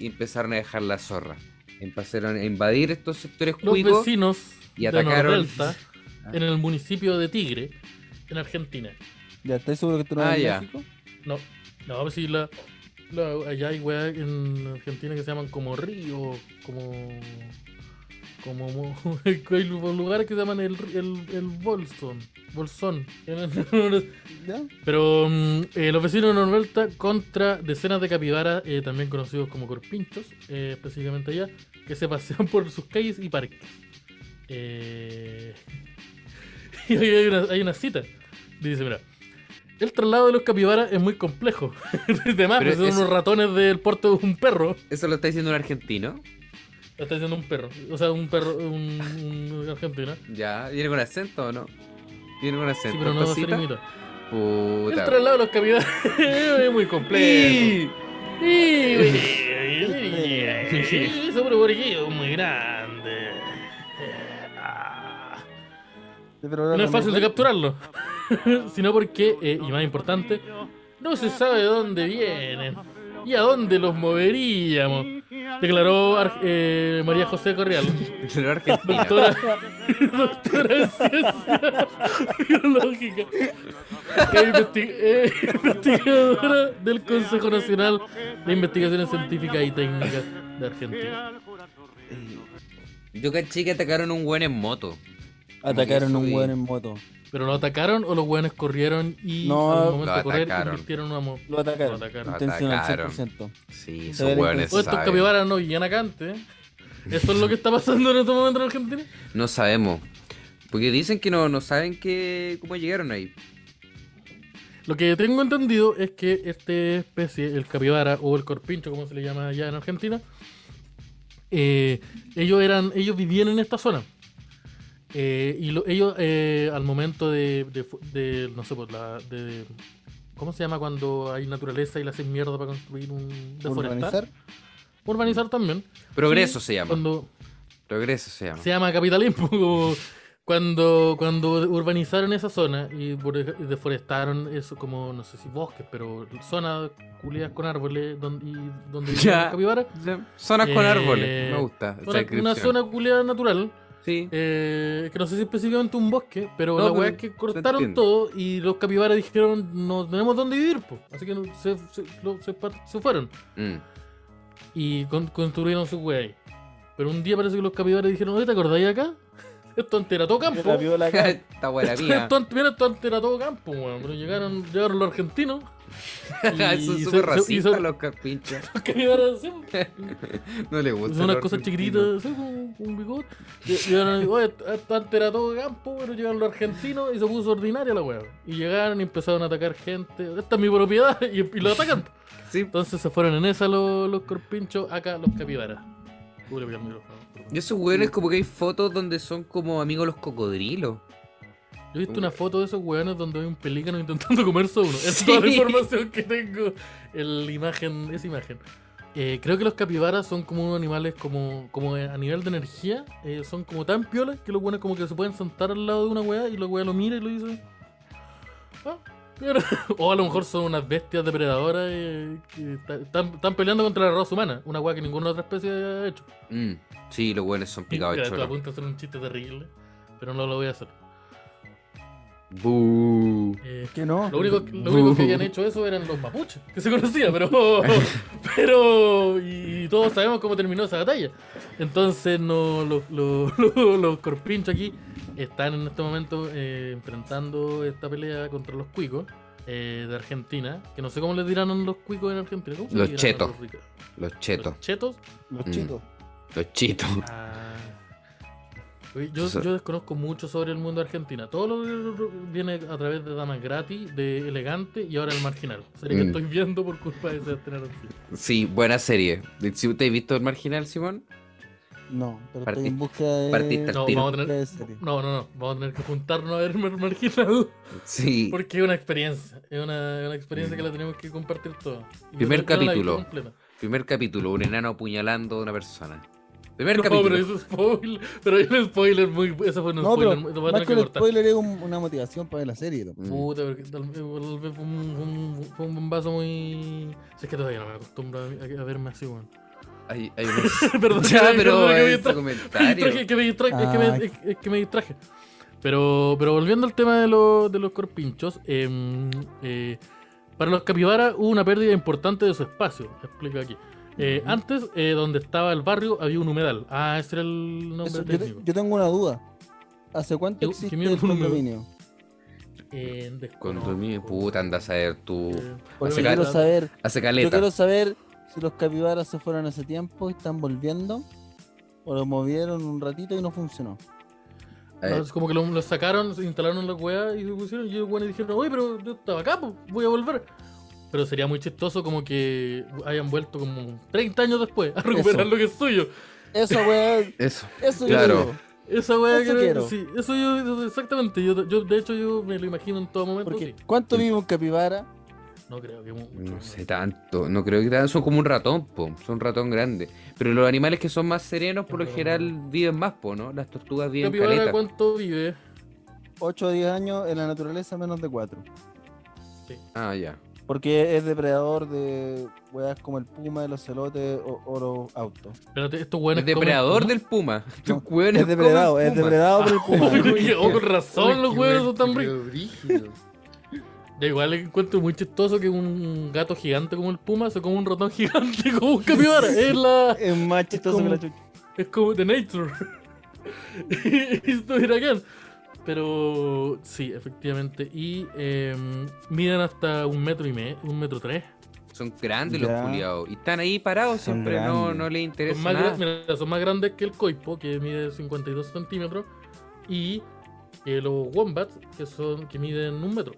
S1: y empezaron a dejar la zorra. Empezaron a invadir estos sectores
S2: los
S1: cuicos.
S2: vecinos
S1: y
S2: de
S1: atacaron- Ah.
S2: Nordelta, en el municipio de Tigre, en Argentina.
S3: Ya, ¿estás seguro que tú no
S1: Ah,
S3: eres
S1: ya.
S3: México?
S2: No, no, pues sí, la, la- allá hay weas en Argentina que se llaman como río, como. Como mo- hay lugares que se llaman el, el, el Bolsón. Bolsón.
S3: ¿Ya?
S2: Pero mm, eh, los vecinos de Norberta contra decenas de capibaras, eh, también conocidos como corpinchos, eh, específicamente allá, que se pasean por sus calles y parques. Eh, y ahí hay una, hay una cita. Dice, mira, el traslado de los capibaras es muy complejo. Además,
S1: Pero
S2: pues son
S1: es-
S2: unos ratones del puerto de un perro.
S1: Eso lo está diciendo un argentino.
S2: Lo está diciendo un perro. O sea, un perro, un, un argentino.
S1: Ya, ¿viene con acento o no? ¿Viene con
S2: Sí,
S1: acento?
S2: pero no va a ser
S1: cosita?
S2: imitado. El
S1: Puta.
S2: traslado de los capibaras es muy complejo.
S1: ¡Y!
S2: Sí, sobre Borguillo, muy grande. Ah.
S3: Sí, pero ahora
S2: No es
S3: con
S2: fácil de
S3: México.
S2: capturarlo, sino porque, eh, y más importante, no se sabe de dónde vienen y a dónde los moveríamos, declaró Ar- eh, María José Correal,
S1: Pero argentino.
S2: doctora, doctora en ciencia biológica e investi- eh, investigadora del Consejo Nacional de Investigaciones Científicas y Técnicas de Argentina.
S1: Yo caché que atacaron a un buen en moto.
S3: Atacaron a un
S1: Eso y-
S3: weón en moto.
S2: ¿Pero lo atacaron o los weones corrieron y
S3: No,
S2: al momento
S1: Lo
S2: de correr
S1: atacaron.
S2: invirtieron una mo-
S3: Lo atacaron.
S2: Lo atacaron.
S3: Intencional,
S1: Atacaron.
S3: 100%.
S1: Sí,
S3: Esos
S1: esos
S3: eran
S1: hueones
S2: Pues estos
S1: saben.
S2: capibaras no guían a Cante. ¿eh? Eso es lo que está pasando en estos momentos en Argentina.
S1: No sabemos. Porque dicen que no, no saben que, cómo llegaron ahí.
S2: Lo que tengo entendido es que esta especie, el capibara o el corpincho, como se le llama allá en Argentina, eh, ellos eran, ellos vivían en esta zona. Eh, y lo- ellos eh, al momento de, de fu- de, no sé, pues, la- de ¿Cómo se llama cuando hay naturaleza y la haces mierda para construir un.
S3: Urbanizar.
S2: deforestar? Urbanizar también.
S1: Progreso se llama.
S2: Cuando
S1: Progreso se llama.
S2: se llama capitalismo. como cuando, cuando urbanizaron esa zona y borde- y deforestaron eso como, no sé si bosques, pero zonas culiadas con árboles donde, y donde vivían
S1: Ya.
S2: los capibaras.
S1: Ya, Zonas con
S2: Eh,
S1: árboles. Me gusta. esa
S2: Zona- una
S1: descripción.
S2: zona culiada natural.
S1: Sí.
S2: eh, que no sé si específicamente un bosque, pero
S1: No,
S2: la weá
S1: pero
S2: es que
S1: se
S2: cortaron
S1: entiende.
S2: todo y los capibaras dijeron no tenemos dónde vivir, po". así que no- se, se- lo- se par- se fueron
S1: Mm.
S2: y con- construyeron su weá ahí. Pero un día parece que los capibaras dijeron, oye, ¿te acordáis acá? Esto antes era todo campo.
S3: La viola acá.
S1: Esta buena mía.
S2: Esto antes- mira, esto antes era todo campo, weón. Pero llegaron, llegaron los argentinos. y
S1: Son
S2: se-
S1: súper
S2: se- y
S1: racistas
S2: son-
S1: los carpinchos.
S2: los capibaras, sí, po.
S1: No le gusta.
S2: Son
S1: lo
S2: unas cosas
S1: argentino.
S2: chiquititas, sí, con un bigote. Y- y ahora, oye, esto antes era todo campo, pero llegaron los argentinos y se puso ordinaria la weá. Y llegaron y empezaron a atacar gente. Esta es mi propiedad y, y lo atacan.
S1: Sí.
S2: Entonces se fueron en esa los, los corpinchos, acá los capibaras. Uy, le pegué al micrófono, perdón.
S1: Y esos weones como que hay fotos donde son como amigos los cocodrilos.
S2: Yo he visto una foto de esos weones donde hay un pelícano intentando comerse a uno. Es
S1: Sí.
S2: toda la información que tengo. El imagen, esa imagen. Eh, creo que los capibaras son como unos animales como, como a nivel de energía. eh, son como tan piolas que los weones como que se pueden sentar al lado de una weá y la weá lo mira y lo dice. "Ah, mira". O a lo mejor son unas bestias depredadoras eh, que ta- están, están peleando contra la raza humana. Una weá que ninguna otra especie ha hecho.
S1: Mm. Sí, los weones son picados de
S2: Mira, estoy a
S1: choro.
S2: punto de hacer un chiste terrible. Pero no lo voy a hacer.
S1: Buu.
S2: Eh,
S3: Que no.
S2: Lo único, lo único
S1: Uh.
S2: que habían hecho eso eran los mapuches, que se conocían, pero. Pero. Y, y todos sabemos cómo terminó esa batalla. Entonces, no, los, los, los- los corpinchos aquí están en este momento eh, enfrentando esta pelea contra los cuicos eh, de Argentina. Que no sé cómo les dirán a los cuicos en Argentina. ¿Cómo se
S1: Los
S2: le dirán a
S1: chetos.
S2: los ricos?
S1: Los chetos.
S2: Los chetos.
S3: Los
S1: Mm.
S3: chicos.
S1: Los chitos.
S2: Ah. Oye, Yo,
S1: Eso-
S2: yo desconozco mucho sobre el mundo de Argentina. Todo lo que viene a través de Damas Gratis, de Elegante y ahora el Marginal. Sería que
S1: Mm.
S2: estoy viendo por culpa de Sebastián Arancibia.
S1: Sí, buena serie. Si ¿Te has visto el marginal, Simón?
S3: No, pero
S1: Partí-
S3: estoy en búsqueda de.
S1: partiste al
S2: Eh, No,
S1: tiro.
S2: vamos a tener-
S3: de serie.
S2: No, no, no. Vamos a tener que juntarnos a ver el Marginal.
S1: Sí.
S2: Porque es una experiencia. Es una, es una experiencia que la tenemos que compartir todos. Y
S1: Primer
S2: yo no la he
S1: capítulo.
S2: visto completa.
S1: Primer capítulo, un enano apuñalando a una persona. Primer
S2: No,
S1: capítulo.
S2: pero eso es spoiler. Pero hay un spoiler muy. Eso fue un
S3: No,
S2: spoiler.
S3: pero
S2: lo voy a
S3: más
S2: tener
S3: que
S2: que
S3: el
S2: cortar.
S3: spoiler es un- una motivación para ver la serie. ¿no?
S1: Mm.
S2: Puta, porque tal vez tal vez fue un, fue un, fue un bombazo muy. Si es que todavía no me acostumbro a, a verme así, weón.
S1: Hay, hay unos-
S2: Perdón,
S1: ya,
S2: perdón,
S1: pero
S2: que me
S1: ese
S2: distra- me distraje,
S1: comentario.
S2: es que me distraje, es que me-
S3: Ah.
S2: es, es que me distraje. Pero, pero volviendo al tema de, los de los corpinchos, em, eh, para los capibaras hubo una pérdida importante de su espacio, explico aquí. Eh,
S1: Ujú.
S2: Antes, eh, donde estaba el barrio, había un humedal. Ah, ese era el nombre
S3: Eso, yo, te-
S2: técnico.
S3: yo tengo una duda. ¿Hace cuánto
S2: Yo- ¿qué
S3: existe
S2: mierda
S3: el
S2: fue un humedal?
S3: condominio?
S2: Eh, desconozco.
S1: Cuando mi puta anda a saber tú.
S2: Eh,
S3: Porque
S1: Hace
S3: yo quiero
S1: caleta.
S3: saber,
S1: Hace
S3: yo
S1: caleta.
S3: quiero saber si los capibaras se fueron hace tiempo y están volviendo. O lo movieron un ratito y no funcionó.
S1: A
S2: No,
S1: ver,
S2: es como que lo, lo sacaron, se instalaron la weá y se pusieron. Y los weones dijeron, oye, pero yo estaba acá, po, voy a volver. Pero sería muy chistoso como que hayan vuelto como 30 años después a recuperar
S3: Eso.
S2: lo que es suyo.
S3: Eso, weón.
S1: Eso.
S3: Eso
S1: Claro.
S3: yo digo.
S2: Esa weá
S3: Eso
S2: que-
S3: quiero.
S2: Sí, eso yo, eso- exactamente. Yo, yo, de hecho, yo me lo imagino en todo momento.
S3: Porque,
S2: sí.
S3: ¿cuánto
S1: Mm.
S3: vive un capibara?
S2: No creo que. mu- mucho,
S1: No
S2: no.
S1: sé tanto. No creo que tan- son como un ratón, po. Son un ratón grande. Pero los animales que son más serenos, por lo
S2: Pero-
S1: general, viven más, po, ¿no? Las tortugas viven
S2: Capibara,
S1: caleta.
S2: ¿cuánto vive?
S3: 8 o 10 años en la naturaleza menos de 4.
S1: Ah, ya.
S3: Porque es depredador de weas como el puma, el ocelote o, o los autos.
S2: Espérate, estos weones.
S1: Es depredador
S2: comen
S1: del puma. Estos
S3: No,
S1: hueones
S3: Es depredado,
S1: comen
S3: es
S1: puma.
S3: depredado por el
S2: puma.
S3: puma.
S2: Oh, con razón, los weones son tan ricos. Ya, igual encuentro muy chistoso que un gato gigante como el puma se como un ratón gigante como un capibara. Es la.
S3: Es más chistoso que la chucha.
S2: Es como The Nature. Esto era acá. Pero sí, efectivamente. Y eh, miden hasta un metro y medio, un metro tres.
S1: Son grandes los
S3: Ya.
S1: culiados. Y están ahí parados
S3: Son
S1: siempre. No,
S3: grandes.
S1: no les interesa.
S2: Son más,
S1: nada.
S2: gran- mira, son más grandes que el coipo, que mide 52 centímetros. Y que los wombats, que son que miden un metro.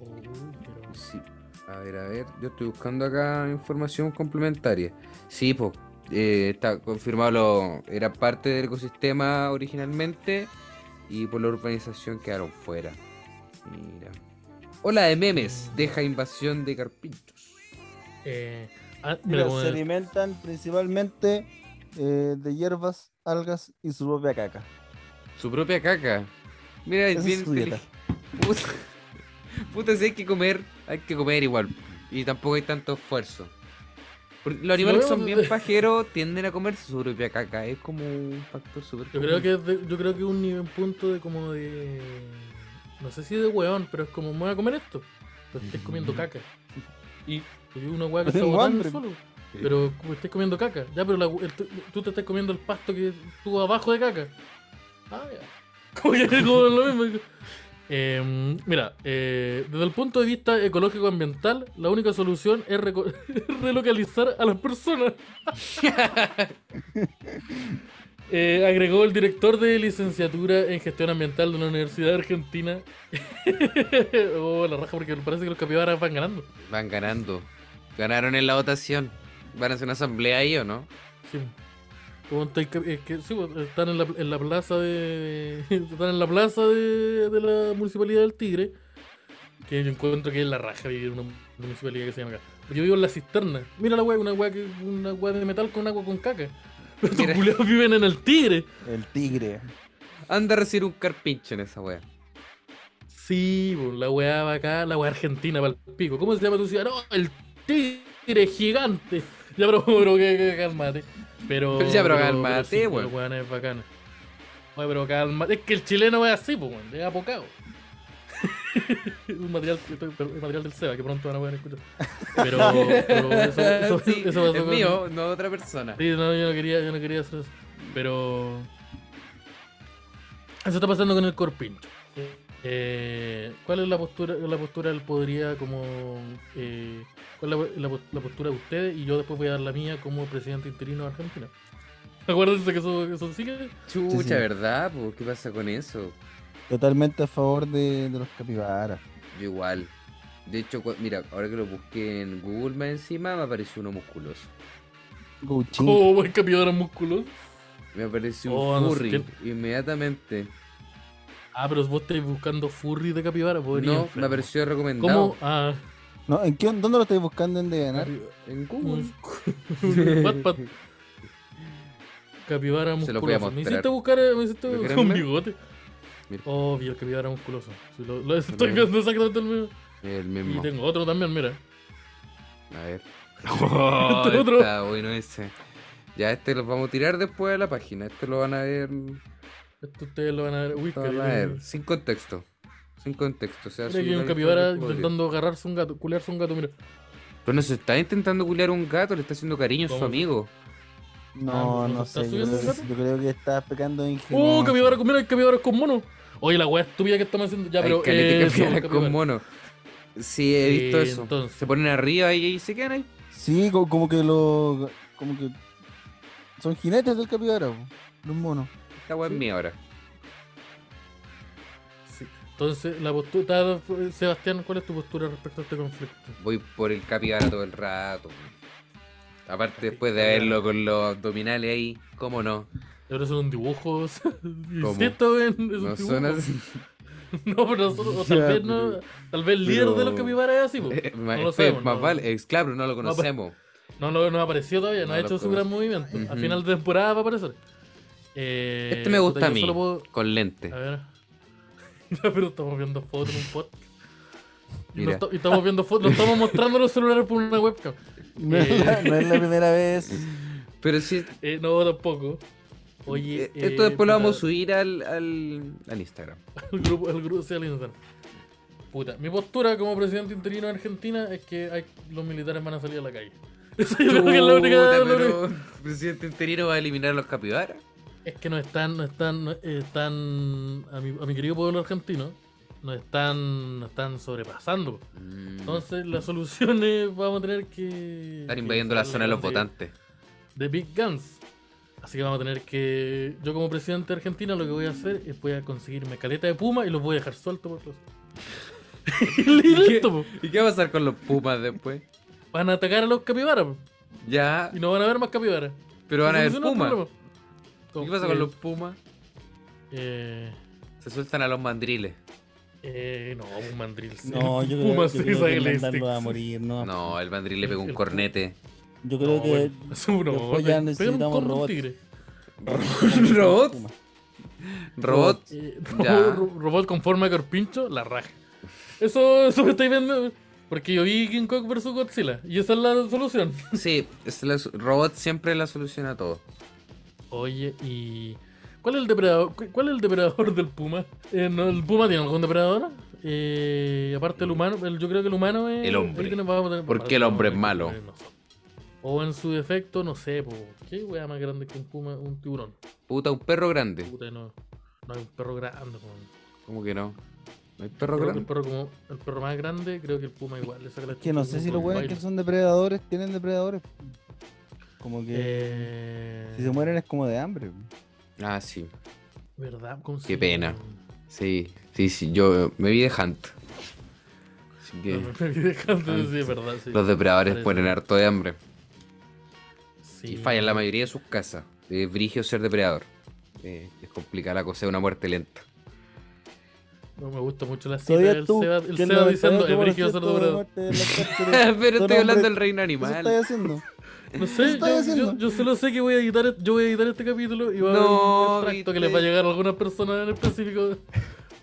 S2: Oh, pero-
S1: Sí. A ver, a ver, yo estoy buscando acá información complementaria. Sí, pues, está confirmado, lo, era parte del ecosistema originalmente y por la urbanización quedaron fuera. Mira. Hola de memes, deja invasión de carpinchos.
S2: Eh, ah, mira,
S3: Mira,
S2: como
S3: se
S2: en-
S3: alimentan principalmente eh, de hierbas, algas y su propia caca.
S1: Su propia caca. Mira,
S3: Esa es
S1: bien
S3: su
S1: intelig-
S3: dieta.
S1: Puta. Puta, si hay que comer, hay que comer igual. Y tampoco hay tanto esfuerzo. Porque los animales que son
S2: vemos
S1: bien
S2: desde-
S1: pajeros tienden a comerse su propia caca. Es como un factor súper.
S2: Yo creo
S1: común.
S2: que es de- yo creo que un nivel punto de como de no sé si de weón, pero es como me voy a comer esto. Pero estés comiendo caca. Y y una weá que está
S3: Tengo
S2: botando
S3: hambre.
S2: solo. Pero como estés comiendo caca. Ya, pero la we- el- tú- tú te estás comiendo el pasto que estuvo abajo de caca. Ah, ya. Como que como lo mismo. Eh, mira, eh, desde el punto de vista ecológico-ambiental, la única solución es reco- relocalizar a las personas. Eh, agregó el director de licenciatura en gestión ambiental de la Universidad Argentina. oh, la raja, porque parece que los capibaras van ganando.
S1: Van ganando. Ganaron en la votación. ¿Van a hacer una asamblea ahí o no?
S2: Sí. Como estoy cap- es que, sí, pues, están en la, en la plaza de. Están en la plaza de, de la municipalidad del Tigre. Que yo encuentro que es la raja vivir en una municipalidad que se llama acá. Yo vivo en la cisterna. Mira la weá, una weá que- una weá de metal con agua con caca. Pero estos
S1: Mira.
S2: culiados viven en el Tigre.
S3: El tigre.
S1: Anda a recibir un carpincho en esa wea.
S2: Sí, pues, la weá va acá, la weá argentina para el pico. ¿Cómo se llama tu ciudad? No, el tigre gigante. Ya, pero, pero que, que cálmate. Pero.
S1: Ya, pero cálmate,
S2: sí,
S1: weón.
S2: los weones bacanos. Oye, pero cálmate. Es que el chileno es así, pues, weón. Llega apocado. un material, un material del Seba que pronto van a poder escuchar. Pero, pero eso, eso,
S1: Sí,
S2: eso pasó
S1: es
S2: con-
S1: mío, no de otra persona.
S2: Sí, no, yo no quería, yo no quería hacer eso. Pero. Eso está pasando con el corpincho. Eh, ¿Cuál es la postura? La postura del podría como. eh, ¿Cuál es la, la- la postura de ustedes? Y yo después voy a dar la mía como presidente interino de Argentina. Acuérdense que eso, eso sigue.
S1: Chucha,
S3: Sí, sí.
S1: ¿verdad? po? ¿Qué pasa con eso?
S3: Totalmente a favor de, de los capibaras.
S1: Yo igual. De hecho, cua- mira, ahora que lo busqué en Google más encima, me apareció uno musculoso.
S3: Gucci.
S2: Como buen capibara musculoso.
S1: Me apareció
S2: Oh,
S1: un
S2: no sé
S1: furry inmediatamente.
S2: Ah, pero vos estáis buscando furry de capibara, podría.
S1: No, me
S2: enfermo.
S1: apareció recomendado
S2: ¿Cómo? Ah,
S3: No, ¿en qué, ¿Dónde lo estáis buscando en
S1: Ah,
S3: DeviantArt?
S1: en Google.
S2: Un- un Pues, Wattpad. Capibara
S1: Se los voy a
S2: musculoso. Me
S1: mostrar.
S2: hiciste buscar eh, me hiciste
S1: ¿Lo
S2: buscar
S1: quieren
S2: un
S1: ver?
S2: bigote.
S1: Mira.
S2: Oh, vi el capibara musculoso. Sí, lo, lo estoy
S1: También.
S2: viendo exactamente el mismo.
S1: El
S2: Y
S1: mismo.
S2: tengo otro también, mira.
S1: A ver. Oh,
S2: Este otro.
S1: está bueno ese. Ya este los vamos a tirar después de la página. Este lo van a ver. lo
S2: Esto ustedes lo van a ver. Uy,
S1: van a
S2: capibara.
S1: ver. Sin contexto. Sin contexto. O sea,
S2: Mira
S1: si
S2: que hay
S1: no
S2: un
S1: hay
S2: capibara
S1: contexto, podría.
S2: intentando agarrarse un gato, culearse un gato, mira.
S1: Pero no se está intentando culiar un gato, le está haciendo cariño a su
S2: ¿Cómo?
S1: amigo.
S3: No,
S2: Ah, ¿no
S3: no
S2: está
S3: sé. Yo
S2: subiendo
S3: creo,
S2: el
S3: que, yo creo que está pecando de ingenuo.
S2: Oh, capibara, con- mira, hay capibaras con mono. Oye, la wea estúpida que estamos haciendo. Ya,
S1: Hay
S2: pero.
S1: caleta de
S2: eh, somos
S1: capibaras con
S2: capibaras.
S1: mono. Sí, he visto
S2: Eh,
S1: eso.
S2: entonces.
S1: Se ponen arriba y, y se quedan ahí.
S3: Sí, co- como, que lo. Como que. Son jinetes del capibara, po, los monos.
S1: Esta weá es
S2: Sí.
S1: mía ahora.
S2: Sí. Entonces, la postura. Sebastián, ¿cuál es tu postura respecto a este conflicto?
S1: Voy por el capibara todo el rato. Aparte, después de
S2: Capibara.
S1: verlo con los abdominales ahí, ¿cómo no?
S2: Ahora son dibujos.
S1: ¿Cómo?
S2: Insisto en es un
S1: No
S2: dibujo.
S1: son así.
S2: No, pero nosotros, o
S3: Ya,
S2: tal vez no.
S3: pero-
S2: Tal vez el líder
S1: pero-
S2: de los capibaras es así, po.
S1: Eh, ma-
S2: No lo
S1: fe,
S2: sabemos.
S1: más
S2: no,
S1: vale, eh, claro, no lo
S2: No,
S1: conocemos.
S2: no, no, no apareció todavía, no,
S1: No
S2: ha
S1: lo
S2: hecho su
S1: conozco.
S2: gran movimiento. A
S1: Ujú.
S2: final de temporada va a aparecer. Eh,
S1: este me gusta
S2: puta,
S1: a
S2: yo
S1: mí,
S2: solo puedo-
S1: con lente.
S2: A ver. Ya, pero estamos viendo fotos en un podcast. Y, no
S1: Mira.
S2: esto- y estamos viendo fotos, lo estamos mostrando los celulares por una webcam.
S3: No, es la, no es la primera vez.
S1: Pero sí,
S2: Eh, no, tampoco. Oye,
S1: eh, esto después lo vamos a
S2: subir
S1: subir al, al, al Instagram.
S2: El grupo, el grupo social interno. Puta, mi postura como presidente interino de Argentina es que hay- los militares van a salir a la calle. Eso yo creo que es la única.
S1: Chuta,
S2: la única-
S1: pero el presidente interino va a eliminar a los capibaras.
S2: Es que nos están, nos están, nos están a, mi, a mi querido pueblo argentino, nos están, nos están sobrepasando.
S1: Mm,
S2: Entonces las soluciones vamos a tener que.
S1: Están invadiendo la zona de los votantes.
S2: de Big Guns. Así que vamos a tener que. Yo, como presidente de Argentina, lo que voy a hacer es voy a conseguirme caleta de puma y los voy a dejar sueltos por los. y listo, po.
S1: ¿Y qué va a pasar con los pumas después?
S2: Van a atacar a los capibaras po,
S1: Ya,
S2: y no van a haber más capibaras.
S1: pero van a
S2: Se
S1: ver
S2: solucionó el
S1: pumas.
S2: problema.
S1: ¿Y
S2: Con-
S1: ¿Qué pasa con
S2: eh,
S1: los pumas?
S2: eh,
S1: Se sueltan a los mandriles.
S2: Eh, no, un mandril. sí.
S3: No, yo creo,
S2: Puma
S3: yo
S2: sí
S3: creo
S2: sale
S3: que
S2: el
S3: mandarlo
S2: stick.
S3: a morir, no.
S1: No, el Mandril le pegó un
S2: pues, El-
S1: cornete.
S3: Yo creo
S2: No,
S3: que
S2: bueno, es un robot,
S3: después
S2: le
S3: ya
S2: pegan un
S3: necesitamos
S2: combo a un
S3: robots.
S2: tigre.
S1: ¿Robot? Robot.
S3: Robot.
S2: Eh,
S1: Ya.
S2: ro- ro- robot con forma de corpincho, la raja. Eso, eso me estáis viendo. Porque yo vi King Kong vs Godzilla. Y esa es la solución.
S1: Sí, es la su- robot siempre es la solución a todo.
S2: Oye, y. ¿Cuál es el depredador? cu- ¿Cuál es el depredador del puma? Eh, no, ¿El puma tiene algún depredador? Eh, aparte el humano, el- yo creo que el humano es.
S1: El hombre.
S2: ahí tiene- vamos a tener-
S1: ¿Por qué el hombre es malo?
S2: O en su defecto, no sé, po. ¿Qué wea más grande que un puma? Un tiburón.
S1: Puta, un perro grande.
S2: Puta, no. No hay un perro grande, po.
S1: ¿Cómo que no? ¿No hay perro
S2: Creo que el
S1: grande?
S2: perro, como, el perro más grande, creo que el puma igual. le saca la
S3: Que no
S2: chucha
S3: sé si
S2: con
S3: los
S2: el
S3: weones que
S2: baile.
S3: son depredadores tienen depredadores. Como que
S2: Eh,
S3: si se mueren es como de hambre.
S1: Ah, sí.
S2: ¿Verdad? ¿Cómo se
S1: Qué
S2: llama?
S1: pena. Sí, sí, sí. Yo me vi de Hunt. Así que
S2: No, me olvidé cuando
S1: Ah,
S2: decía, verdad, sí.
S1: los depredadores
S2: Parece.
S1: ponen harto de hambre.
S2: Sí.
S1: Y fallan la mayoría de sus casas. Es brigio ser depredador. Eh, es complicada la cosa de una muerte lenta.
S2: No me gusta mucho la cita
S3: Todavía
S2: del
S3: tú,
S2: Seba, el
S3: que el
S2: Seba diciendo, el
S3: 98%
S2: brígido ser
S3: de
S2: depredador.
S3: muerte de las cárceles.
S1: Pero
S3: Son
S1: estoy hablando
S3: hombres-
S1: del reino
S3: Eso
S1: animal.
S3: estáis haciendo.
S2: No sé,
S3: estaba
S2: yo,
S3: diciendo?
S2: yo- yo solo sé que voy a editar, yo voy a editar este capítulo y va a
S1: No,
S2: haber un extracto que
S1: viste.
S2: les va a llegar a algunas personas en específico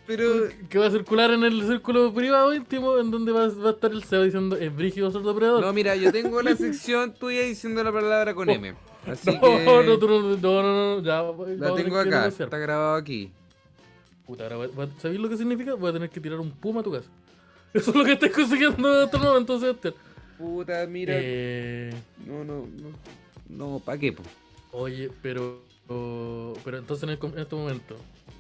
S1: Pero
S2: que va a circular en el círculo privado íntimo en donde va, va a estar el Seba diciendo, es brígido ser depredador.
S1: No, mira, yo tengo la sección tuya diciendo la palabra con
S2: Oh.
S1: M. Así
S2: No,
S1: que
S2: no, tú no, no, no, no, ya. vamos
S1: la
S2: a tener
S1: tengo
S2: que
S1: acá,
S2: negociar.
S1: está grabado aquí.
S2: Puta, ahora voy a- voy a- ¿sabéis lo que significa? Voy a tener que tirar un puma a tu casa. Eso es lo que estoy consiguiendo hasta el momento, Sebastián.
S1: Puta, mira.
S2: Eh,
S1: No, no, no. No, ¿pa' qué? po?
S2: oye, pero, pero entonces en, el com- en este momento,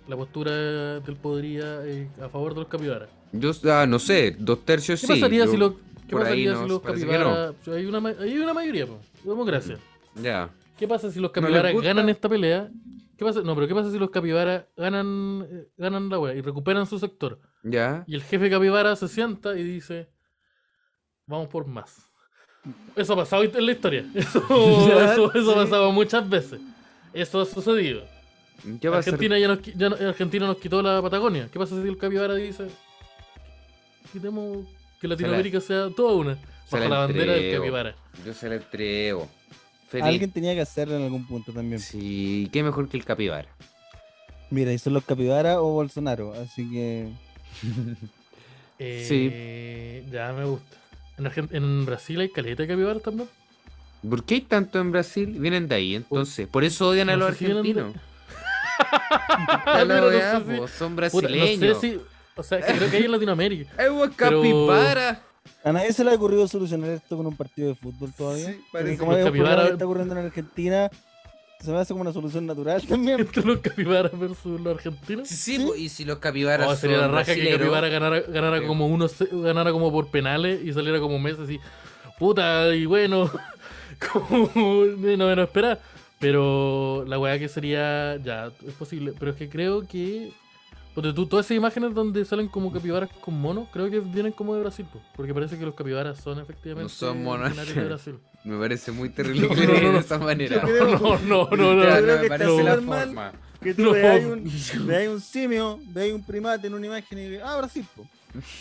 S2: la postura del podría eh, a favor de los capibaras.
S1: Yo, ah, no sé, dos tercios
S2: ¿Qué
S1: sí.
S2: pasaría
S1: yo-
S2: si los, qué
S1: por ahí
S2: pasaría
S1: no,
S2: si los
S1: parece que
S2: capibaras... Hay, una, ma- hay una mayoría, po, democracia.
S1: Ya.
S2: ¿Qué pasa si los
S1: ¿No les
S2: capibaras
S1: gusta?
S2: ganan esta pelea? ¿Qué pasa? No, pero ¿qué pasa si los capibaras ganan, eh, ganan la wea y recuperan su sector?
S1: Ya.
S2: Y el jefe capibara se sienta y dice, vamos por más. Eso ha pasado en la historia. Eso,
S1: Ya,
S2: eso- eso
S1: sí.
S2: ha pasado muchas veces. Eso ha sucedido.
S1: ¿Qué va a ser?
S2: Argentina, ya nos, qui- ya no- Argentina nos quitó la Patagonia. ¿Qué pasa si el capibara dice, quitemos que Latinoamérica sea toda una?
S1: se la
S2: Bajo la bandera del
S1: entrego.
S2: capibara.
S1: Yo se la entrego. Feliz.
S3: Alguien tenía que hacerlo en algún punto también.
S1: Sí, qué mejor que el capibara.
S3: Mira, y son los capibaras o Bolsonaro, así que.
S2: Eh, Ya me gusta. En, Argen- en Brasil hay caleta de capibaras también.
S1: ¿Por qué hay tanto en Brasil? Vienen de ahí, entonces. Por eso odian a
S2: No
S1: los
S2: sé si vienen de-
S1: argentinos. Ya la
S2: Mira, no
S1: weá,
S2: sé si-
S1: po, son
S2: Puta, no
S1: brasileños.
S2: sé si... O sea, que creo que hay en Latinoamérica.
S1: ¡Ay, weón,
S2: Pero-
S1: capibara!
S3: A nadie se le ha ocurrido solucionar esto con un partido de fútbol todavía.
S1: Sí,
S3: Porque
S1: parece
S3: como
S2: que
S3: es un problema
S2: capibara-
S3: que está ocurriendo en Argentina, se me hace como una solución natural también.
S2: entre los capibaras versus los argentinos.
S1: Sí, po, y si los capibaras
S2: Oh, sería la
S1: son
S2: raja que
S1: brasileros,
S2: Capibara ganara, ganara
S1: Sí.
S2: como uno ce- ganara como por penales y saliera como Messi así. Puta, y bueno, como de no me lo esperaba. Pero la weá que sería ya, es posible. Pero es que creo que. Porque tú, todas esas imágenes donde salen como capibaras con monos, creo que vienen como de Brasil, po, porque parece que los capibaras son efectivamente
S1: No son monos.
S2: originarios de Brasil.
S1: Me parece muy terrible
S2: No,
S1: que
S2: no,
S1: de
S2: no.
S1: esa manera.
S3: Yo creo-
S2: No, no, no,
S1: Ya,
S2: no.
S3: creo
S1: me
S3: que
S1: parece
S2: está
S1: la
S3: normal.
S1: forma.
S3: Que tú
S2: No.
S3: veas un, veas un simio, veas un primate en una imagen y digas, ah, Brasil, po".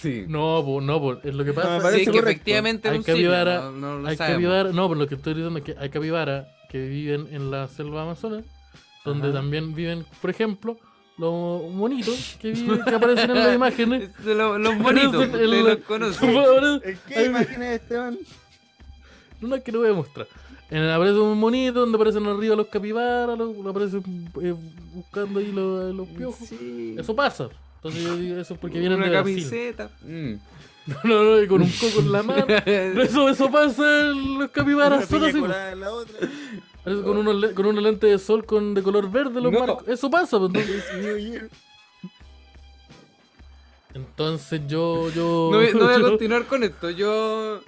S1: Sí.
S2: No, po, no, po, es lo que pasa.
S3: me
S2: es
S3: parece
S1: Sí, que
S3: correcto.
S1: efectivamente era
S2: Hay
S1: un simio,
S2: capibara-
S1: no, no lo
S2: Hay
S1: sabemos.
S2: capibara, no, por lo que estoy diciendo es que hay capibara que viven en la selva amazona, donde
S1: Ajá.
S2: también viven, por ejemplo, los monitos que, viven- que aparecen en las imágenes.
S1: Es de lo- los bonitos,
S2: Aparecen en
S1: ustedes
S2: la-
S1: los conocen.
S3: ¿En
S2: Ay,
S3: qué imágenes, Esteban?
S2: Una que no voy a mostrar. En- aparece un monito donde aparecen arriba los capibaras, los, los aparecen eh, buscando ahí los, los piojos.
S1: Sí.
S2: Eso pasa. Entonces yo digo eso es porque vienen
S1: Una
S2: de Brasil.
S1: camiseta. Mm.
S2: No, no, no, y con un coco en la mano. Pero eso, eso pasa en los
S3: Una
S2: capibaras. son
S3: piña
S2: así, pues.
S3: colada en la otra.
S2: Parece con, unos, le- con una lente de sol con, de color verde los
S1: No.
S2: marcos. Eso pasa, pues, entonces.
S3: It's New Year.
S2: Entonces yo, yo,
S1: No, voy- no voy a
S2: yo,
S1: continuar con esto. Yo,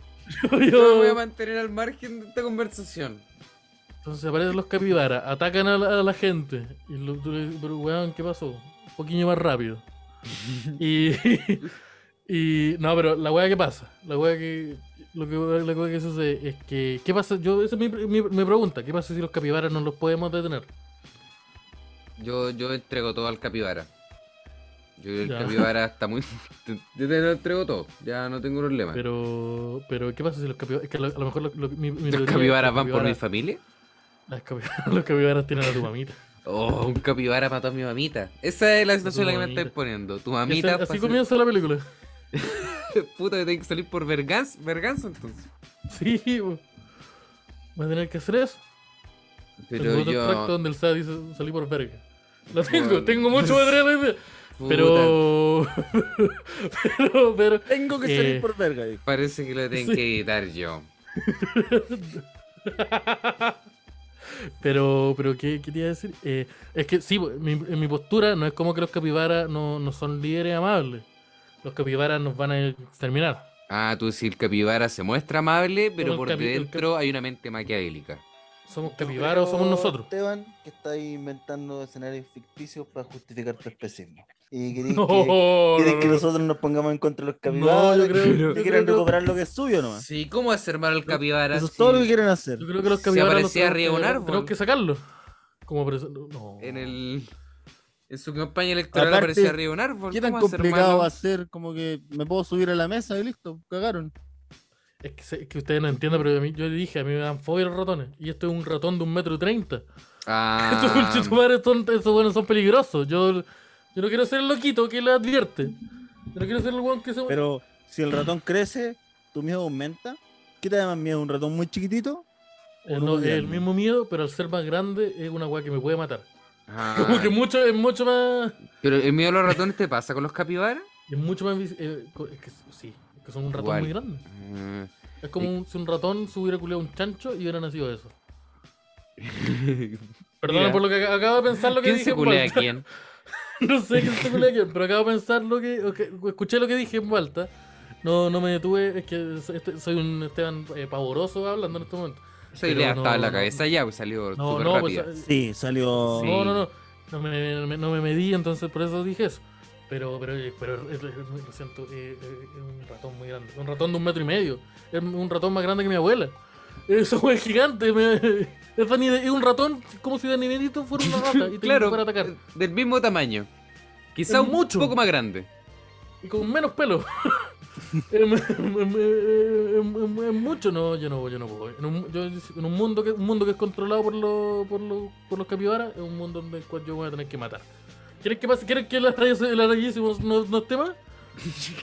S1: yo
S2: yo-
S1: me voy a mantener al margen de esta conversación.
S2: Entonces aparecen los capibaras, atacan a la, a la gente. Y lo- tú le- pero weón, ¿qué pasó? Un poquillo más rápido. Y, y no, pero la weá que pasa, la weá que, lo que, la weá que sucede es que, ¿qué pasa? Yo, esa es mi, mi- mi pregunta, ¿qué pasa si los capibaras no los podemos detener?
S1: Yo, yo entrego todo al capibara. Yo creo que
S2: Ya.
S1: el capibara está muy. Yo te lo entrego todo, ya no tengo problema.
S2: Pero, pero, ¿qué pasa si los capibaras? Es que a lo, a lo mejor lo- lo- mi, mi teoría es
S1: ¿Los
S2: que
S1: capibaras
S2: los
S1: van por mi
S2: capibaras-
S1: familia?
S2: las capibaras- Los capibaras tienen a tu mamita.
S1: Oh, un capibara mató a mi mamita. Esa es la situación en la que me
S2: mamita.
S1: estáis poniendo. Tu
S2: Y
S1: mamita.
S2: ese- así
S1: fácil-
S2: comienza la película.
S1: Puta, que tengo que salir por Verganza, Verganza entonces.
S2: Sí, po. Vas a tener que hacer eso.
S1: Pero
S2: tengo otro
S1: yo.
S2: extracto donde el SAD dice salí por verga. Lo tengo,
S1: Bueno.
S2: tengo mucho material ahí de-
S1: puta,
S2: Pero. pero, pero.
S3: Tengo que
S2: Eh.
S3: salir por verga. dijo.
S1: Parece que lo tengo
S2: Sí.
S1: que editar yo.
S2: Pero, pero ¿qué qué te iba a decir? Eh, es que sí, mi, en mi postura no es como que los capibaras no, no son líderes amables. Los capibaras nos van a exterminar.
S1: Ah, tú decís, el capibara se muestra amable, pero
S2: el
S1: por
S2: capi- el
S1: dentro hay una mente maquiavélica.
S2: Somos
S3: Yo
S2: capibaras o somos
S3: creo,
S2: nosotros.
S3: Esteban, que está inventando escenarios ficticios para justificar tu especismo. Y querés
S2: No,
S3: que,
S2: no,
S3: querés que
S2: no, no.
S3: nosotros nos pongamos en contra de
S2: No,
S3: los capibaras.
S2: yo creo-
S3: que-
S2: yo
S3: que
S2: creo
S3: quieren
S2: que-
S3: recuperar lo que es suyo nomás.
S1: Sí, ¿cómo hacer mal al capibara?
S3: Eso es
S1: si
S3: todo lo que quieren hacer.
S2: Yo creo que los
S1: Se
S2: capibaras los
S1: aparecía
S2: tenemos
S1: arriba de un
S2: que-
S1: árbol.
S2: Tenemos que sacarlos. Como pres- no.
S1: En el. En su campaña electoral
S3: Oh. Aparte,
S1: aparecía arriba de un árbol.
S3: ¿Qué tan
S1: ¿Cómo hacer
S3: complicado
S1: malo?
S3: va a ser? Como que me puedo subir a la mesa y listo, cagaron.
S2: Es que, se- es que ustedes no entienden, pero a mí, yo le dije, a mí me dan fobia los ratones. Y esto es un ratón de un metro treinta. Estos
S1: Ah,
S2: conchetumares son, esos buenos son peligrosos. Yo, yo no quiero ser el loquito que le advierte. Yo no quiero ser el weón que se...
S3: Pero si el ratón crece, tu miedo aumenta. ¿Qué te da más miedo? ¿Un ratón muy chiquitito?
S2: Eh,
S3: o
S2: no,
S3: no
S2: es
S3: dirán.
S2: el mismo miedo, pero al ser más grande es una weá que me puede matar.
S1: ah.
S2: Como que mucho, es mucho más...
S1: Pero el miedo a los ratones te pasa con los capibaras.
S2: Es mucho más... vis- eh, co- es que sí, es que son un ratón
S1: Igual.
S2: muy grande.
S1: Ah.
S2: Es como un- si un ratón se hubiera culeado un chancho y hubiera nacido eso. Perdona
S1: Mira.
S2: por lo que ac- acabo de pensar lo que
S1: ¿Quién
S2: dije.
S1: se
S2: en
S1: culea a
S2: Malta.
S1: quién?
S2: No sé quién se culea a quién, pero acabo de pensar lo que. o que- escuché lo que dije en vuelta. No, no me detuve, es que so- este- soy un Esteban eh, pavoroso hablando en este momento.
S1: Esa
S2: Pero
S1: idea estaba en
S2: no,
S1: la
S2: no.
S1: cabeza ya, pues salió
S2: No,
S1: súper
S2: no, pues,
S1: rápida.
S2: eh,
S3: Sí, salió.
S1: Sí.
S2: no, no, no. No me, no me- no me medí, entonces por eso dije eso. Pero, pero, eh, pero eh, eh, lo siento, eh, eh, es un ratón muy grande. Un ratón de un metro y medio. Es un ratón más grande que mi abuela. Eso es gigante. me- es, Dani- es un ratón como si Dani Benito fuera una rata y te
S1: claro,
S2: fuera a atacar.
S1: eh, del mismo tamaño. Quizá
S2: Es
S1: un
S2: mucho.
S1: poco más grande.
S2: Y con menos pelo. es, es- es- es- es mucho, no, yo no, yo no puedo. En un, yo- en un mundo que un mundo que es controlado por los por los por los capibaras, es un mundo en el cual yo voy a tener que matar. ¿Quieres que pase? ¿Quieres que la radio se- la radio hicimos no, no esté más?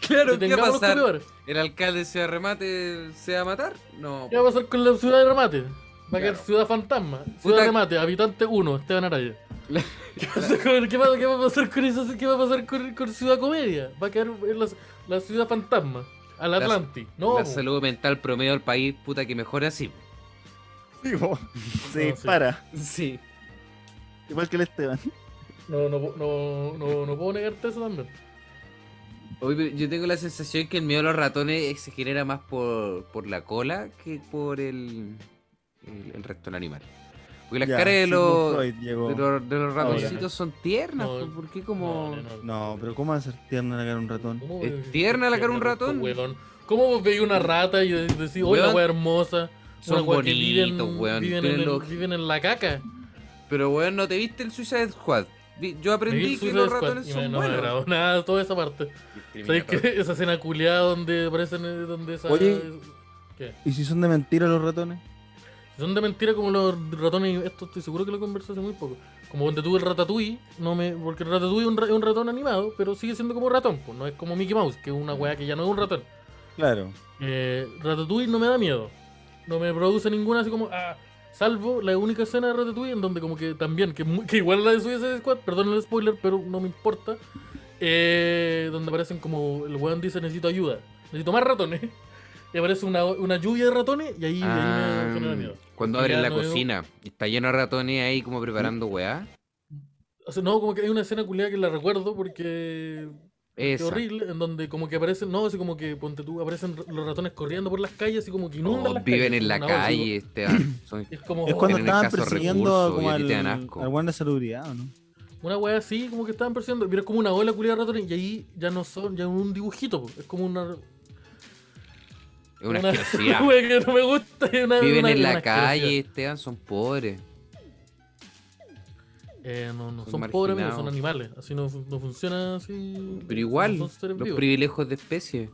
S1: claro,
S2: Que
S1: ¿qué va a
S2: tengamos los
S1: pasar?
S2: capibaras.
S1: ¿El alcalde de Ciudad Remate se va a matar? No.
S2: ¿Qué va a pasar con la ciudad de remate? Va a quedar
S1: Claro.
S2: ciudad fantasma. Ciudad de
S1: Puta-
S2: remate, habitante 1, Esteban Araya.
S1: La-
S2: ¿Qué, pasa con- qué va, qué va a pasar con eso? ¿Qué va a pasar con, con Ciudad Comedia? Va a quedar en la, la ciudad fantasma. Al Atlanti. No.
S1: La
S2: po.
S1: salud mental promedio del país, puta, que mejore así.
S3: Sí, po. Se
S2: No, sí.
S3: dispara.
S1: Sí.
S3: Igual que el Esteban.
S2: No, no, po- no, no, no puedo negarte eso también.
S1: Oye, pero yo tengo la sensación que el miedo a los ratones se genera más por, por la cola que por el, el, el resto del animal. Porque las
S3: Ya, pues,
S1: caras de
S3: Sigmund
S1: los,
S3: Freud llegó.
S1: de los, de los ratoncitos son tiernas,
S2: No,
S1: pues, ¿por qué como...?
S2: No, no,
S3: No, pero ¿cómo va a ser tierna la cara de un ratón?
S2: ¿Cómo
S1: ¿Es
S2: veis-
S1: tierna la cara de un
S2: tierna, pues,
S1: ratón?
S2: weón? ¿Cómo vos veis una rata y de- decís, oye, la
S1: Weón,
S2: wea hermosa?
S1: son
S2: una wea que viven-
S1: bonitos, weón,
S2: Viven,
S1: tienen
S2: en el-
S1: los-
S2: viven en la caca.
S1: Pero weón, ¿no te viste el Suicide Squad? Vi- Yo aprendí
S2: Suicide
S1: que los
S2: Squad,
S1: ratones
S2: y
S1: son
S2: me- no me
S1: buenos.
S2: agradó nada toda esa parte. ¿Sabes que Esa escena culiada donde aparecen. eh, Donde esa,
S3: Oye.
S2: ¿Qué?
S3: ¿Y si son de mentira los ratones?
S2: Son de mentira como los ratones. Esto estoy seguro que lo conversé hace muy poco. Como donde tuve el ratatouille. No me, porque el ratatouille es un, ra- es un ratón animado, pero sigue siendo como ratón. Pues no es como Mickey Mouse, que es una weá que ya no es un ratón.
S3: Claro.
S2: Eh, Ratatouille no me da miedo. No me produce ninguna así como. ah, salvo la única escena de Ratatouille en donde, como que también, que, mu- que igual la de Suicide Squad, perdón el spoiler, pero no me importa. eh, donde aparecen como. El weón dice: Necesito ayuda. Necesito más ratones. Y aparece una, una lluvia de ratones y ahí, ahí me genera miedo.
S1: Ah, mm, cuando
S2: Ya
S1: abren la
S2: no veo- ¿Mm?
S1: cocina, y está lleno de ratones ahí como preparando weá.
S2: O sea, no, como que hay una escena culiada que la recuerdo porque Qué
S1: Esa.
S2: horrible, en donde como que aparecen, no, así como que ponte tú, aparecen r- los ratones corriendo por las calles y como que
S1: Oh,
S2: inundan las
S1: viven
S2: calles,
S1: en la
S2: una hora, así
S1: calle, Esteban. Son-
S2: como- Es como
S3: es cuando
S1: tienen
S3: estaban
S1: escasos
S3: persiguiendo
S1: recursos
S3: como
S1: y a ti
S3: al,
S1: te dan asco.
S3: al guardia de salubridad, ¿o ¿no?
S2: una wea así, como que estaban persiguiendo, pero es como una ola culiada de ratones y ahí ya no son, ya un dibujito, po, es como una
S1: Es una asquerosidad.
S2: wea que no me gusta, es una-
S1: Viven
S2: una-
S1: en
S2: una
S1: la
S2: asquerosidad.
S1: calle, Esteban, son pobres.
S2: Eh, no, no,
S1: Son
S2: son pobres amigos, son
S1: marginados.
S2: animales. Así no, fu- no funciona así.
S1: Pero igual,
S2: son
S1: los
S2: seres vivos.
S1: privilegios de especie.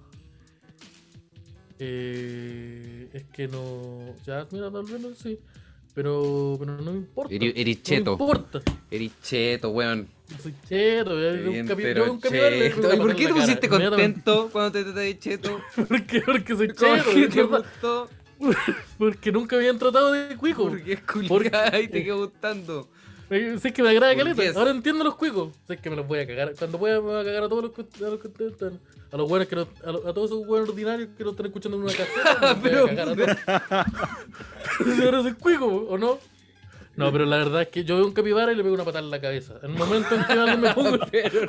S2: Eh, es que no. Ya, mira, tal vez no sí. Pero, pero no me importa.
S1: Eri- eres
S2: No me
S1: cheto.
S2: importa.
S1: Ericheto, weón.
S2: Yo soy cheto. ya, yo un
S1: Bien,
S2: camión.
S1: pero
S2: yo un camión le pego
S1: cheto.
S2: una
S1: ¿Y por
S2: patada
S1: qué te
S2: en la cara,
S1: pusiste
S2: inmediatamente.
S1: contento cuando te traté de cheto?
S2: ¿Por qué? Porque soy
S1: ¿Cómo que te
S2: cheto. porque-
S1: gustó?
S2: Porque nunca me habían tratado de cuico.
S1: ¿Por qué es
S2: ¿Por qué?
S1: culiada y te quedó gustando?
S2: Eh, Sé que me agrada
S1: ¿Por
S2: caleta.
S1: qué es?
S2: Ahora entiendo los cuicos. Sé que me los voy a cagar. Cuando pueda me voy a cagar a todos los que, a los que están. A los buenos que no- a, lo- a todos esos buenos ordinarios que no están escuchando en una caseta. me los voy a cagar a todos. Si ahora soy cuico, ¿o no? No, pero la verdad es que yo veo un capibara y le pego una patada en la cabeza. En el momento en que alguien me pongo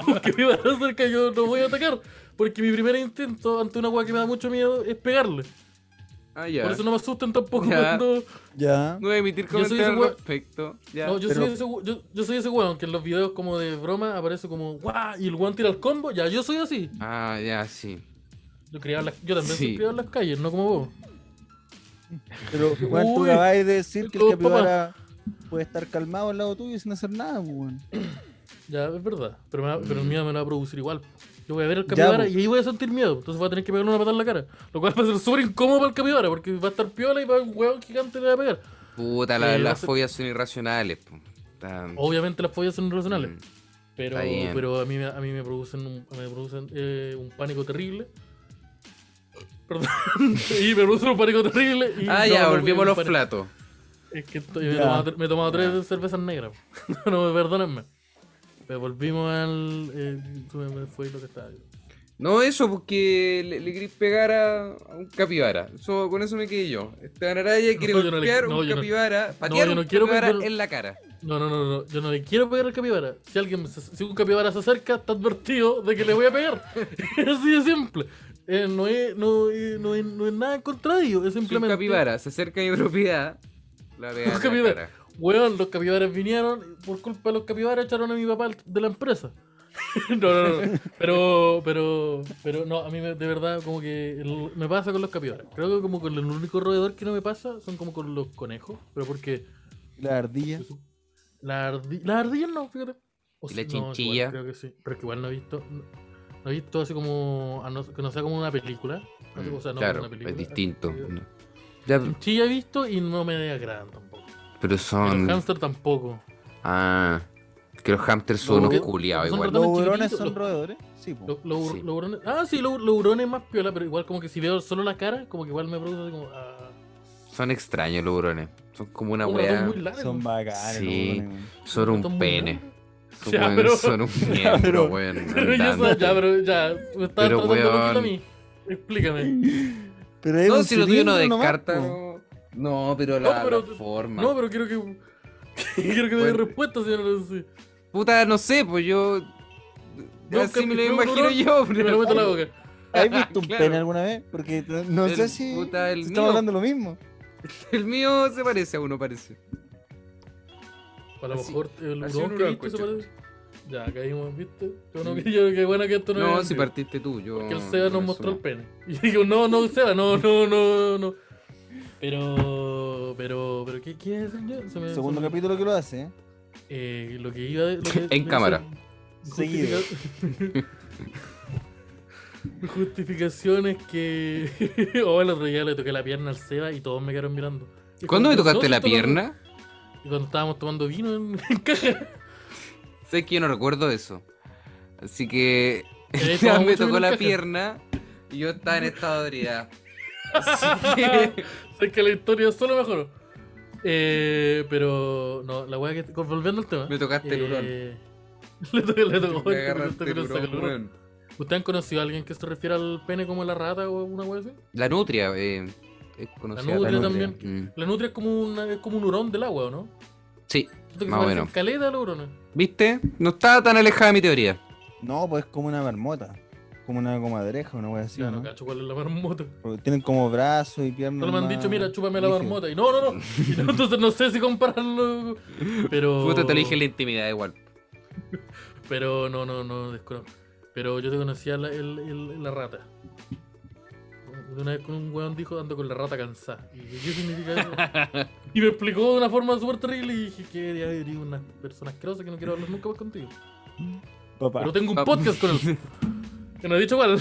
S2: un capibara cerca, yo no voy a atacar. Porque mi primer intento ante una agua que me da mucho miedo es pegarle.
S1: Ah, ya.
S2: Por eso no me asusten tampoco
S1: Ya.
S2: cuando.
S3: Ya.
S1: No voy a emitir
S2: Yo soy
S1: comentarios al
S2: ese weón-
S1: respecto. Ya.
S2: No, yo,
S3: pero-
S2: soy ese, we- yo, yo soy ese weón que en los videos como de broma aparece como ¡guau! y el weón tira el combo. Ya, yo soy así.
S1: Ah, ya, sí.
S2: Yo, criado en las- yo también
S1: Sí.
S2: soy criado en las calles, no como vos.
S3: Pero, Juan, tú
S2: Uy,
S3: acabas de decir que el
S2: todo,
S3: capibara puede estar calmado al lado tuyo sin hacer nada, pues, weón.
S2: Ya, es verdad. Pero, me va- pero el miedo me lo va a producir igual. Yo voy a ver el
S3: Ya,
S2: capibara
S3: pues.
S2: y ahí voy a sentir miedo. Entonces voy a tener que pegarle una patada en la cara. Lo cual va a ser súper incómodo para el capibara porque va a estar piola y va a un weón gigante y le va a pegar.
S1: Puta, la-
S2: Eh,
S1: las
S2: no sé-
S1: fobias son irracionales. po. Tan-
S2: Obviamente las follas son irracionales.
S1: Mm.
S2: Pero,
S1: Está bien.
S2: pero a, mí, me- a mí me producen un, me producen, eh, un pánico terrible. Perdón. y me producen un pánico terrible. Y
S1: Ah,
S2: no,
S1: ya,
S2: no,
S1: volvimos a
S2: un
S1: los
S2: pánico-
S1: platos.
S2: Es que estoy- me, he
S3: Ya.
S2: tomado, tre- me he tomado
S1: Ya.
S2: tres cervezas negras. no, perdónenme. Pero volvimos al. Eh, se me- me fue lo que estaba.
S1: No, eso, porque le, le queréis pegar a, a un capibara. Eso, con eso me quedé yo. Esteban Araya quiere
S2: yo no le-
S1: golpear
S2: no,
S1: un
S2: yo no-
S1: capibara, patear
S2: yo no
S1: un
S2: quiero
S1: capibara
S2: pegar-
S1: en la cara.
S2: No, no, no, no. Yo no le quiero pegar al capibara. Si alguien se- si un capibara se acerca, está advertido de que le voy a pegar. Así de simple. Eh, no, es, no, es- no, es, no es nada en contra de ellos. Es
S1: Si un
S2: simplemente.
S1: capibara se acerca a mi propiedad, la pega
S2: Los
S1: en la
S2: capibaras.
S1: cara.
S2: Weón, los capibaras vinieron, por culpa de los capibaras echaron a mi papá de la empresa. no, no, no. Pero, pero, pero no, a mí me- de verdad como que el- me pasa con los capibaras. Creo que como con el único roedor que no me pasa son como con los conejos, pero porque
S3: Y La ardilla.
S2: la ardi- las ardillas no, fíjate. O
S1: Y
S2: sea,
S1: la
S2: no, igual,
S1: chinchilla.
S2: creo que sí, pero es que igual no he visto, no, no he visto así como, a no, que no sea como una película. Así, Ah, o sea, no
S1: claro,
S2: una película.
S1: es distinto.
S2: Así
S1: Ya,
S2: que- Chinchilla he visto y no me agradan tampoco.
S1: pero
S2: Y
S1: son.
S2: los hámster tampoco.
S1: Ah, que los hamsters son
S3: No,
S1: unos
S3: que-
S1: culiados
S2: son
S1: igual.
S2: ratones
S3: Los hurones
S2: chiquititos,
S3: son
S2: los-
S3: roedores. Sí, po.
S2: Lo- lo-
S1: Sí.
S2: Los hurones. Ah, sí, los los hurones más piola, pero igual como que si veo solo la cara, como que igual me produce así como. ah,
S1: Son extraños los hurones. Son como una
S2: un
S1: weá.
S2: ratón muy largo.
S3: Son bacanes,
S1: Sí.
S3: los hurones,
S1: Son
S2: ratón
S1: un
S2: muy
S1: pene.
S2: largo.
S1: Son,
S2: Ya,
S1: weón,
S2: pero-
S1: son un
S3: Ya,
S1: miembro,
S3: pero-
S1: weón.
S2: Pero yo
S1: andante.
S2: soy- ya, pero ya. Me estás
S1: Pero,
S2: tratando poquito
S1: weón.
S2: a mí. Explícame.
S3: weón. Pero es
S1: No,
S3: un
S1: si lo tuyo no
S3: cilindro nomás,
S1: descarta.
S3: po.
S1: No, No, pero la,
S2: No, pero-
S1: la forma.
S2: No, pero quiero que. Quiero que me dé
S1: Bueno.
S2: respuesta, señor. Sí.
S1: Puta, no sé, pues yo.
S2: Yo
S1: así
S2: capi-
S1: me lo
S2: veo un
S1: imagino
S2: hurón
S1: yo,
S2: Y me lo meto en la
S1: pero-
S2: boca.
S3: ¿Has visto un
S1: Claro.
S3: pene alguna vez? Porque no, no
S1: El
S3: sé si
S1: puta, el
S3: si
S1: mío.
S3: estamos hablando lo mismo.
S1: El mío se parece a uno, parece.
S2: A lo
S1: Así-
S2: mejor el
S1: así
S2: hurón
S1: un
S2: que
S1: hurón,
S2: viste se
S1: concha.
S2: parece. Ya, caímos, ¿viste? Yo no
S1: Sí.
S2: yo- qué bueno que esto no
S1: No,
S2: es
S1: si
S2: en vivo.
S1: partiste tú, yo.
S2: Que el Seba
S1: no
S2: nos
S1: me
S2: mostró el
S1: sumo.
S2: pene. Y digo, no, no, Seba, no, no, no, no. Pero, pero, pero, ¿qué quiere decir yo? Se me-
S3: Segundo
S2: se me-
S3: capítulo que lo hace, ¿eh?
S2: Eh, lo que iba de, lo que-
S1: En
S2: me
S1: cámara.
S2: hizo-
S3: Seguido.
S2: justifica- Justificaciones que. oh, el otro día le toqué la pierna al Seba y todos me quedaron mirando. Y
S1: ¿Cuándo
S2: como,
S1: me
S2: "No,
S1: tocaste
S2: si
S1: la
S2: esto no-"
S1: pierna?
S2: Y cuando estábamos tomando vino en, en caja.
S1: Sé que yo no recuerdo eso. Así que.
S2: Pero ahí
S1: Esteban
S2: tomamos
S1: me
S2: mucho
S1: tocó
S2: vino en
S1: la
S2: caja.
S1: pierna y yo estaba en estado de ebriedad. Así que.
S2: Sé que la historia solo mejoró. Eh, pero, no, la weá que. Volviendo al tema.
S1: Me tocaste el hurón.
S2: Eh, Le toqué, le toqué.
S1: Me agarraste el hurón, weón.
S2: ¿Ustedes han conocido a alguien que se refiere al pene como la rata o una wea así?
S1: La nutria, eh. es conocida
S2: La
S3: nutria
S2: también.
S1: Mm.
S2: La nutria es como, una, es como un hurón del agua, ¿o ¿no?
S1: Sí.
S2: Siento que
S1: Más o
S2: se parecen
S1: menos.
S2: caleta a los hurones.
S1: ¿Viste? No estaba tan alejada de mi teoría.
S3: No, pues es como una marmota. Como una comadreja, una wea así,
S2: ya,
S3: ¿no?
S2: no cacho cuál es la marmota.
S3: Porque tienen como brazos y piernas.
S2: Solo me han
S3: más
S2: dicho, mira, chúpame la
S3: rígidas.
S2: marmota. Y no, no, no. Y no, entonces no sé si compararlo. Pero.
S1: Puta, te lo dije en la
S2: Oh.
S1: intimidad igual.
S2: Pero no, no, no, desconozco. Pero yo te conocía la, el, el- la rata. Porque una vez con un weón dijo ando con la rata cansada. Y dije, ¿qué significa eso? y me explicó de una forma súper terrible y dije que eres una persona asquerosa que no quiero hablar nunca más contigo.
S3: Papá.
S2: Pero tengo un
S1: Pa-
S2: podcast con él. Que no he dicho cuál.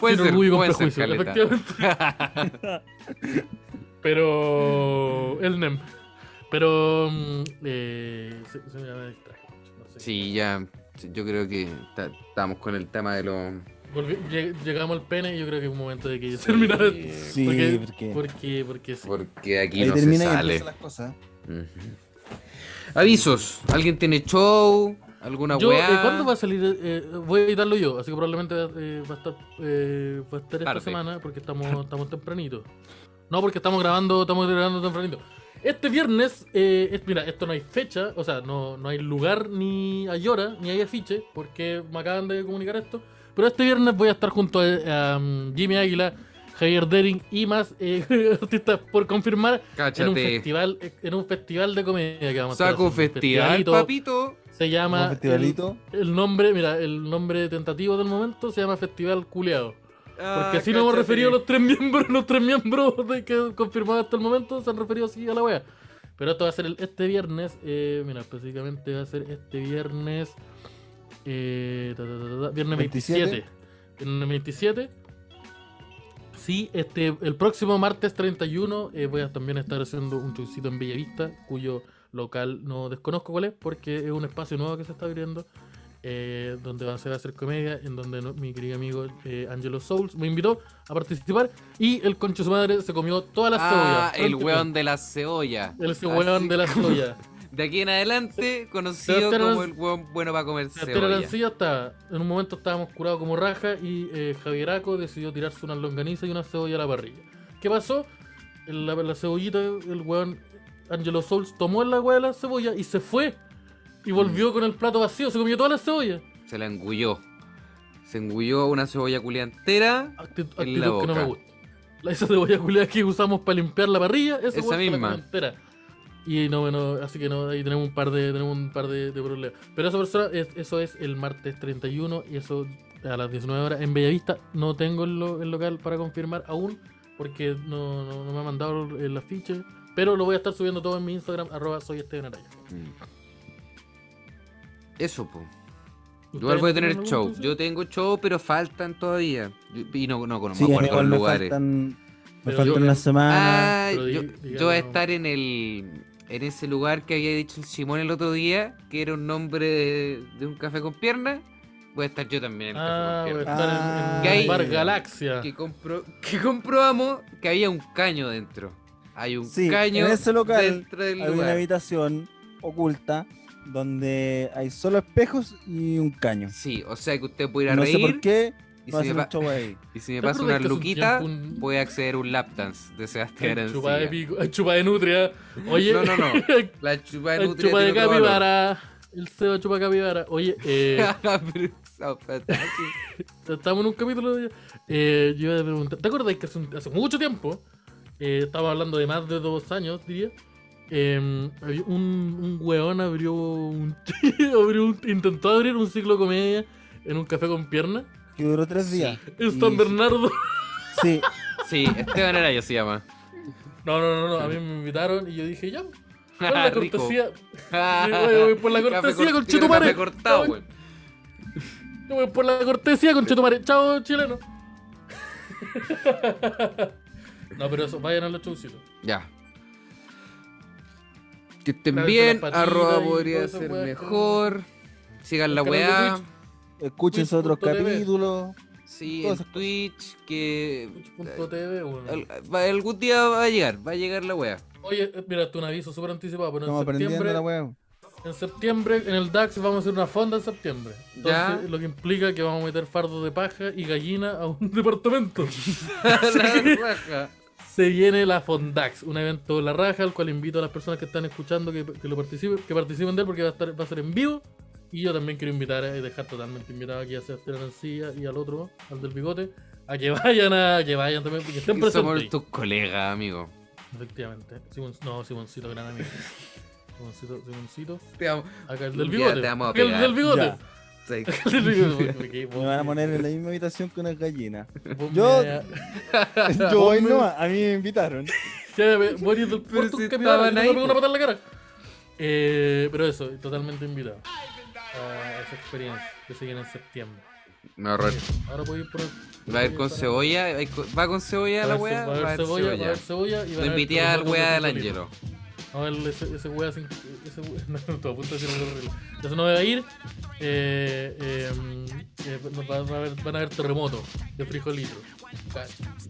S1: Puede
S2: Sin
S1: ser,
S2: orgullo y con
S1: puede ser,
S2: prejuicio,
S1: Caleta.
S2: Pero. El NEM. Pero. mm, Eh, se, se me distrajo. No sé.
S1: Sí, ya. Yo creo que ta- estamos con el tema de los.
S2: Volvi- lleg- llegamos al pene y yo creo que es un momento de que yo
S1: Sí.
S2: terminara.
S3: Sí,
S2: porque-
S3: porque,
S2: Porque, porque sí.
S1: eh, Porque aquí
S3: ahí
S1: no se
S3: termina y
S1: sale.
S3: empiezan las cosas.
S1: Ujú. Avisos. ¿Alguien tiene show? ¿Alguna
S2: Yo,
S1: weá?
S2: eh, ¿Cuándo va a salir? eh, eh, voy a editarlo yo, así que probablemente eh, va a estar, eh, va a estar esta
S1: Tarde.
S2: semana porque estamos, estamos tempranito. No, porque estamos grabando, estamos grabando tempranito. Este viernes, eh, es- mira, esto no hay fecha, o sea, no, no hay lugar, ni hay hora, ni hay afiche, porque me acaban de comunicar esto. Pero este viernes voy a estar junto a, a, um, Jimmy Águila, Javier Dering y más eh, artistas por confirmar en un,
S1: Cáchate.
S2: festival, en un festival de comedia que vamos a estar
S1: Saco
S2: haciendo. Un
S1: festival,
S2: festivalito,
S1: papito.
S2: Se
S3: Un
S2: llama... el-
S3: festivalito.
S2: el nombre, mira, el nombre tentativo del momento se llama Festival Culeado.
S1: Ah,
S2: Porque así nos hemos referido los tres miembros, los tres miembros de que confirmados hasta el momento se han referido así a la wea. Pero esto va a ser el- este viernes, eh, mira, específicamente va a ser este viernes, eh, ta, ta, ta, ta, ta, viernes 27.
S3: 27.
S2: Viernes 27. Sí, este, el próximo martes 31 eh, voy a también estar haciendo un showcito en Bellavista, cuyo local no desconozco cuál es, porque es un espacio nuevo que se está abriendo, eh, donde va- se va a hacer comedia, en donde no- mi querido amigo eh, Angelo Souls me invitó a participar y el concho su madre se comió toda la
S1: Ah,
S2: cebolla.
S1: el weón de la cebolla.
S2: El ese weón
S1: Así
S2: de la
S1: como-
S2: cebolla.
S1: De aquí en adelante, conocido
S2: Sebastián
S1: como
S2: Aranz-
S1: el weón bueno para comer
S2: Sebastián
S1: cebolla.
S2: Arancilla está. En un momento estábamos curados como raja y eh, Javieraco decidió tirarse una longaniza y una cebolla a la parrilla. ¿Qué pasó? El- la, la cebollita, el weón Angelo Souls tomó la weá de la cebolla y se fue. Y volvió con el plato vacío, se comió toda la cebolla.
S1: Se la engulló. Se engulló una cebolla culiantera.
S2: Actitud,
S1: En
S2: actitud
S1: la
S2: que no
S1: boca.
S2: me gusta. La- Esa cebolla culiada que usamos para limpiar la parrilla, esa,
S1: Esa
S2: weá se la
S1: misma.
S2: comió entera. Y no, bueno, así que no, ahí tenemos un par de, tenemos un par de, de problemas. Pero esa persona, es- eso es el martes 31 y eso a las 19 horas en Bellavista. No tengo el, lo- el local para confirmar aún porque no, no, no me ha mandado el, el afiche. Pero lo voy a estar subiendo todo en mi Instagram, arroba soy Esteban Araya.
S1: Mm. Eso, po.
S2: ¿Ustedes
S1: Igual voy a
S2: tienen
S1: tener
S2: algún
S1: show.
S2: consejo?
S1: Yo tengo show, pero faltan todavía. Y no, no, no
S3: Sí,
S1: me
S3: a
S1: acuerdo
S3: mí igual
S1: los
S3: me
S1: lugares.
S3: faltan, me
S2: Pero
S3: faltan
S2: yo-
S3: una semana.
S1: Ah,
S2: Pero di-
S1: yo,
S2: dígalo.
S1: yo voy a estar en el en ese lugar que había dicho el Simón el otro día, que era un nombre de, de un café con piernas. Voy a estar yo también en el
S2: Ah,
S1: café
S2: voy a
S1: con piernas.
S2: estar
S3: Ah.
S2: en, en
S1: Gay.
S2: Bar Galaxia.
S1: Que, compro- que comprobamos que había un caño dentro. Hay un
S3: Sí,
S1: caño
S3: en ese local
S1: dentro del
S3: Hay una
S1: lugar.
S3: habitación oculta donde hay solo espejos y un caño.
S1: Sí, o sea que usted puede ir a
S3: no sé por
S1: reír
S3: qué
S1: y,
S3: no
S1: si me
S3: hacen
S1: pa-
S3: un show ahí.
S1: y si me
S2: ¿Te
S1: pasa
S2: acuerdas
S1: una
S2: que hace un
S1: luquita,
S2: tiempo un-
S1: puede acceder a un laptance de Sebastián
S2: Ay, Chupa de
S1: Arancilla.
S2: pico, ay, chupa de nutria. Oye,
S1: No, no, no. La chupa de
S2: ay,
S1: nutria
S2: chupa de
S1: tiene otro valor.
S2: capibara. El Seba chupa capibara. Oye, eh,
S1: Pero esa pata, sí.
S2: estamos en un capítulo de. Eh, yo iba a preguntar. ¿Te acuerdas que hace, un- hace mucho tiempo? eh, estaba hablando de más de dos años, diría. eh, había un, un weón abrió un, abrió un- Intentó abrir un ciclo de comedia en un café con pierna.
S3: Que duró tres
S1: Sí.
S3: días.
S2: En
S3: Y-
S2: San Bernardo.
S3: Sí,
S1: Sí, Esteban Araya se llama.
S2: No, no, no, no. A mí me invitaron y yo dije, ya. Por la
S1: Rico.
S2: cortesía, Oye, oye, por la
S1: Café
S2: cortesía,
S1: cort-
S2: con
S1: tiene un
S2: Chetumare.
S1: café cortado, güey.
S2: No, güey, por la cortesía, conchetumare. Chao, chileno. no, pero eso, vayan a los showcitos.
S1: Ya. Que estén
S2: Lávense
S1: bien,
S2: las patitas
S1: arroba
S2: y
S1: podría
S2: todas esas
S1: ser
S2: weas.
S1: mejor. Sigan la
S2: El canal de
S1: weá.
S2: Twitch.
S3: escuchen esos otros
S2: Twitch.tv.
S3: capítulos.
S1: Sí,
S3: Todas
S1: en
S3: esas
S1: Twitch, que
S2: Twitch.tv, bueno.
S1: al- va- algún día va a llegar, va a llegar la weá.
S2: Oye, eh, mira, esto es un aviso súper anticipado, pero
S3: Estamos
S2: en
S3: aprendiendo la
S2: septiembre,
S3: web.
S2: en septiembre, en el DAX vamos a hacer una fonda en septiembre.
S1: Ya.
S2: Entonces, lo que implica que vamos a meter fardos de paja y gallina a un departamento.
S1: La raja.
S2: Se viene la Fondax, un evento de la raja, al cual invito a las personas que están escuchando que, que lo participen, que participen de él porque va a, estar, va a ser en vivo. Y yo también quiero invitar eh, dejar totalmente invitado aquí a Sebastián Arancilla y al otro, al del bigote, a que vayan a que vayan también, porque estén
S1: Y
S2: presentes.
S1: Somos
S2: ahí.
S1: tus colegas, amigo.
S2: Efectivamente. Simon- no, Simoncito, gran amigo. Simoncito, Simoncito.
S1: Te amo.
S2: Acá el del
S1: Ya,
S2: bigote.
S1: te vamos a
S2: Acá el
S1: pegar.
S2: del bigote.
S3: Ya.
S1: Sí.
S3: Me van a poner en la misma habitación que unas gallinas. Yo-
S2: Yo.
S3: Yo voy nomás, a mí me invitaron.
S2: Ya, ve- Boris del
S1: Pero
S2: Puerto
S1: si
S2: caminaba,
S1: estaban
S2: yo te
S1: ahí,
S2: pego una
S1: po.
S2: patada en la cara. Eh, pero eso, totalmente invitado a esa experiencia que se viene en septiembre.
S1: Me ahorré.
S2: Ahora puedo ir por.
S1: Va a ir con cebolla, va a ir con- va con cebolla la weá,
S2: Va a haber cebolla, va a haber cebolla. y van
S1: Lo
S2: a haber
S1: invité
S2: los
S1: al
S2: otros
S1: weá del
S2: doscientos litros.
S1: Angelo.
S2: Vamos a ver ese, ese wea sin. Ese wea. No, no, estoy a punto de decir algo horrible. Eso no va a ir. Eh, eh, eh, nos va- va a haber- van a haber terremotos de frijolitos.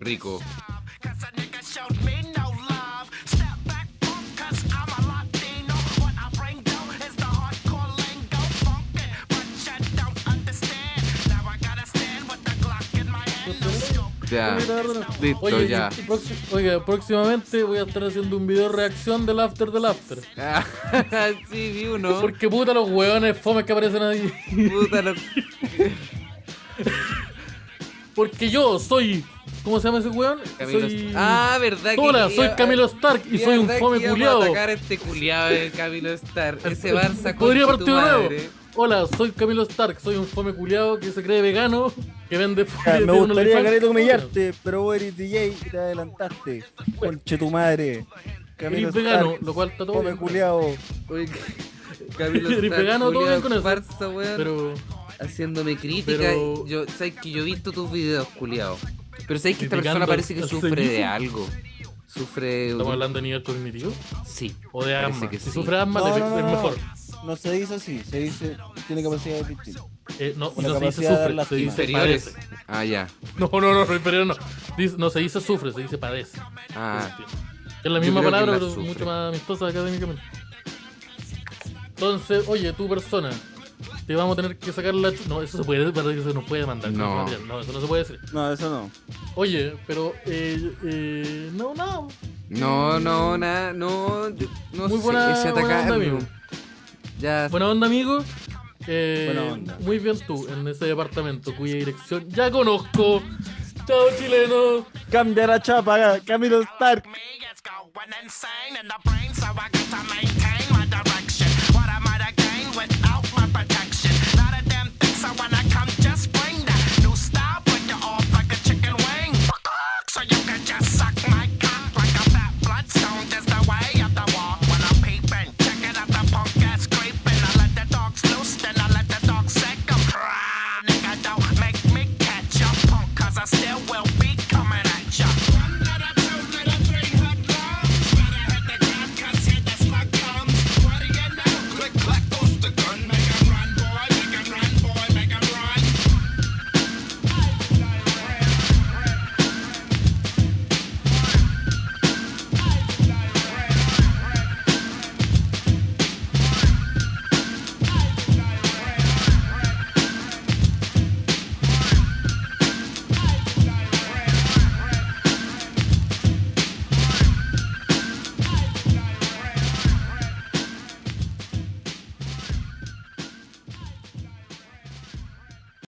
S1: Rico.
S4: Cause a nigga showed me no love. Step back, punk, cause I'm a Latino. What I bring though is the hardcore lingo. Funk it, but you don't understand. Now I gotta stand with the Glock in my hand. No scope.
S1: Ya. Listo,
S2: Oye,
S1: ya.
S2: y- y próxi- oiga, próximamente voy a estar haciendo un video reacción del After del After.
S1: sí, vi uno.
S2: Porque puta los hueones fomes que aparecen ahí.
S1: Puta lo-
S2: Porque yo soy. ¿Cómo se llama ese hueón?
S1: Camilo
S2: Soy.
S1: Stark. Ah, verdad que.
S2: Hola,
S1: iba-
S2: soy Camilo Stark y soy un
S1: verdad
S2: fome
S1: que íbamos
S2: culiao.
S1: a atacar a este culiao de Camilo Stark. Ese Barça con
S2: Podría
S1: tu
S2: partir de nuevo.
S1: madre.
S2: Hola, soy Camilo Stark, soy un fome culiado que se cree vegano, que vende
S3: Ya,
S2: fuera
S3: Me gustaría, Carito, humillarte, pero vos eres DJ y te adelantaste. Conche tu madre. Camilo
S2: Eres vegano,
S3: Stark,
S2: lo cual está todo
S3: come
S2: bien.
S3: culiao.
S1: Oye, Camilo
S2: Eres
S1: Stark,
S2: vegano, todo bien
S1: culiao,
S2: con eso.
S1: Barça, weón.
S2: Pero
S1: haciéndome crítica.
S2: Pero-
S1: Yo, sabes que yo he visto tus videos, culiao. Pero sabes que esta
S2: Criticando
S1: persona parece que
S2: al
S1: sufre de
S2: ceñizo.
S1: algo. Sufre.
S2: estamos hablando de nivel cognitivo
S1: Sí.
S2: o de
S1: Parece
S2: asma.
S1: que
S2: Si
S1: sí.
S2: sufre asma,
S3: No,
S2: le-
S3: no, no,
S2: es
S3: no.
S2: mejor.
S3: No se dice así, se dice tiene capacidad de distinguir.
S2: Eh, no,
S3: Con la
S2: no se dice
S3: capacidad de dar
S2: sufre, se
S3: lástima.
S2: dice
S1: Inferiores.
S2: padece.
S1: Ah, ya.
S2: No, no, no, no, inferior no. Dice- no se dice sufre, se dice padece.
S1: Ah,
S2: Este. Pues, Es la
S1: Yo
S2: misma
S1: creo que
S2: palabra,
S1: la
S2: pero
S1: sufre.
S2: mucho más amistosa académicamente. Entonces, oye, tu persona, te vamos a tener que sacar la. chu- No, eso se puede, parece que se nos puede mandar.
S1: No.
S2: no, eso no se puede decir.
S3: No, eso no.
S2: Oye, pero. Eh, eh, no, no.
S1: no, no, nada, no, yo- no
S2: Muy
S1: sé,
S2: buena-
S1: ese
S2: buena onda,
S1: atacarme.
S2: amigo.
S1: Ya,
S2: Buena onda, amigo. Eh,
S3: Buena onda.
S2: Muy bien tú, en ese departamento cuya dirección ya conozco. Chao, chileno.
S3: Cambia la chapa, Camilo Stark.
S4: Me, it's going insane in the brain, so I got